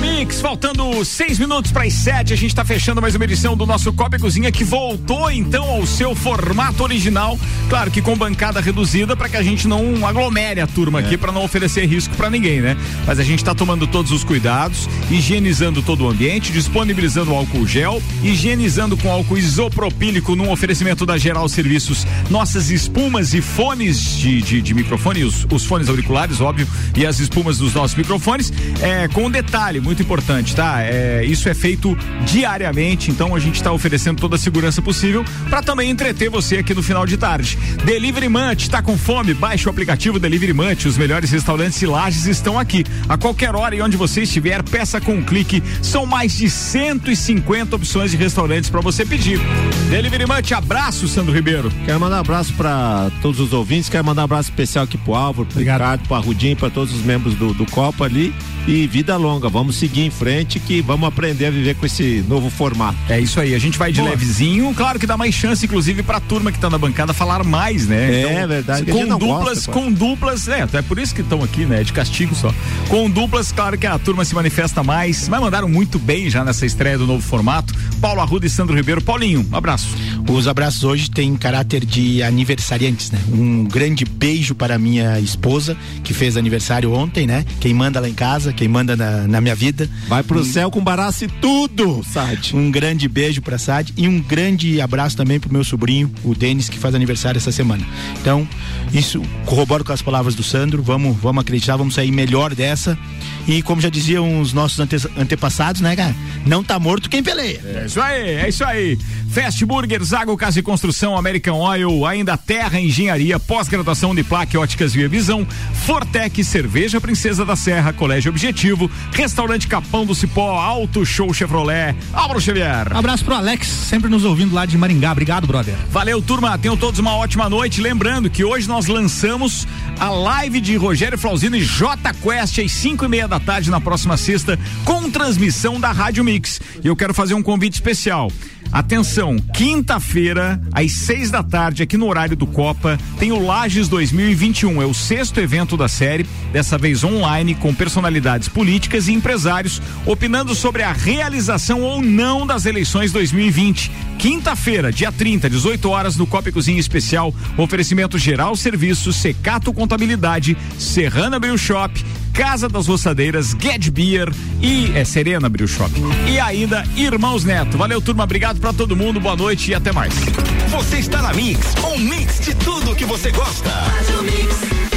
A: Mix, faltando seis minutos para as sete, a gente está fechando mais uma edição do nosso Copa e Cozinha que voltou então ao seu formato original, claro que com bancada reduzida para que a gente não aglomere a turma aqui para não oferecer risco para ninguém, né? Mas a gente está tomando todos os cuidados, higienizando todo o ambiente, disponibilizando álcool gel, higienizando com álcool isopropílico num oferecimento da Geral Serviços, nossas espumas e fones de, de, de microfone, os, os fones auriculares, óbvio, e as espumas dos nossos microfones, é, com um detalhe muito importante, tá? É, isso é feito diariamente, então a gente está oferecendo toda a segurança possível para também entreter você aqui no final de tarde. Delivery Munch, tá com fome? Baixe o aplicativo Delivery Munch, os melhores restaurantes e lajes estão aqui. A qualquer hora e onde você estiver, peça com um clique. São mais de 150 opções de restaurantes para você pedir. Delivery Munch, abraço, Sandro Ribeiro.
D: Quero mandar um abraço para todos os ouvintes, quero mandar um abraço especial aqui pro Álvaro, pro Ricardo, pro Arrudinho, para todos os membros do, do Copa ali. E vida longa, vamos seguir em frente que vamos aprender a viver com esse novo formato.
A: É isso aí, a gente vai de
D: Boa.
A: levezinho, claro que dá mais chance, inclusive, pra turma que tá na bancada falar mais, né?
D: É verdade, que a
A: Com
D: gente não
A: duplas,
D: gosta, pô.
A: com duplas, é, é por isso que estão aqui, né? De castigo só. Com duplas, claro que a turma se manifesta mais, mas mandaram muito bem já nessa estreia do novo formato. Paulo Arruda e Sandro Ribeiro. Paulinho, um abraço.
E: Os abraços hoje têm caráter de aniversariantes, né? Um grande beijo para minha esposa, que fez aniversário ontem, né? Quem manda lá em casa, quem manda na, na minha vida.
D: Vai pro céu com baraço e tudo, Sad.
E: Um grande beijo pra Sad e um grande abraço também pro meu sobrinho, o Denis, que faz aniversário essa semana. Então, isso corroboro com as palavras do Sandro, vamos, vamos acreditar, vamos sair melhor dessa. E como já diziam os nossos ante- antepassados, né, cara? Não tá morto quem peleia.
A: É isso aí, é isso aí. Fast Burger, Zago Casa e Construção, American Oil, ainda Terra Engenharia, pós-graduação de placa óticas via visão, Fortec, Cerveja Princesa da Serra, Colégio Objetivo, Restaurante Capão do Cipó, Alto Show Chevrolet, Álvaro Xavier.
C: Abraço pro Alex, sempre nos ouvindo lá de Maringá. Obrigado, brother.
A: Valeu, turma. Tenham todos uma ótima noite. Lembrando que hoje nós lançamos a live de Rogério Flauzino e J Quest às 5 e meia da tarde na próxima sexta, com transmissão da Rádio Mix. E eu quero fazer um convite especial. Atenção, quinta-feira, às seis da tarde, aqui no horário do Copa, tem o Lages 2021. É o sexto evento da série, dessa vez online, com personalidades políticas e empresários opinando sobre a realização ou não das eleições 2020. Quinta-feira, dia 30, 18 horas, no Copa e Cozinha Especial. Oferecimento geral serviços, Secato Contabilidade, Serrana Brew Shop, Casa das Roçadeiras, Get Beer e é Serena Brew Shop. E ainda Irmãos Neto. Valeu, turma. Obrigado pra todo mundo. Boa noite e até mais.
B: Você está na Mix, um mix de tudo que você gosta.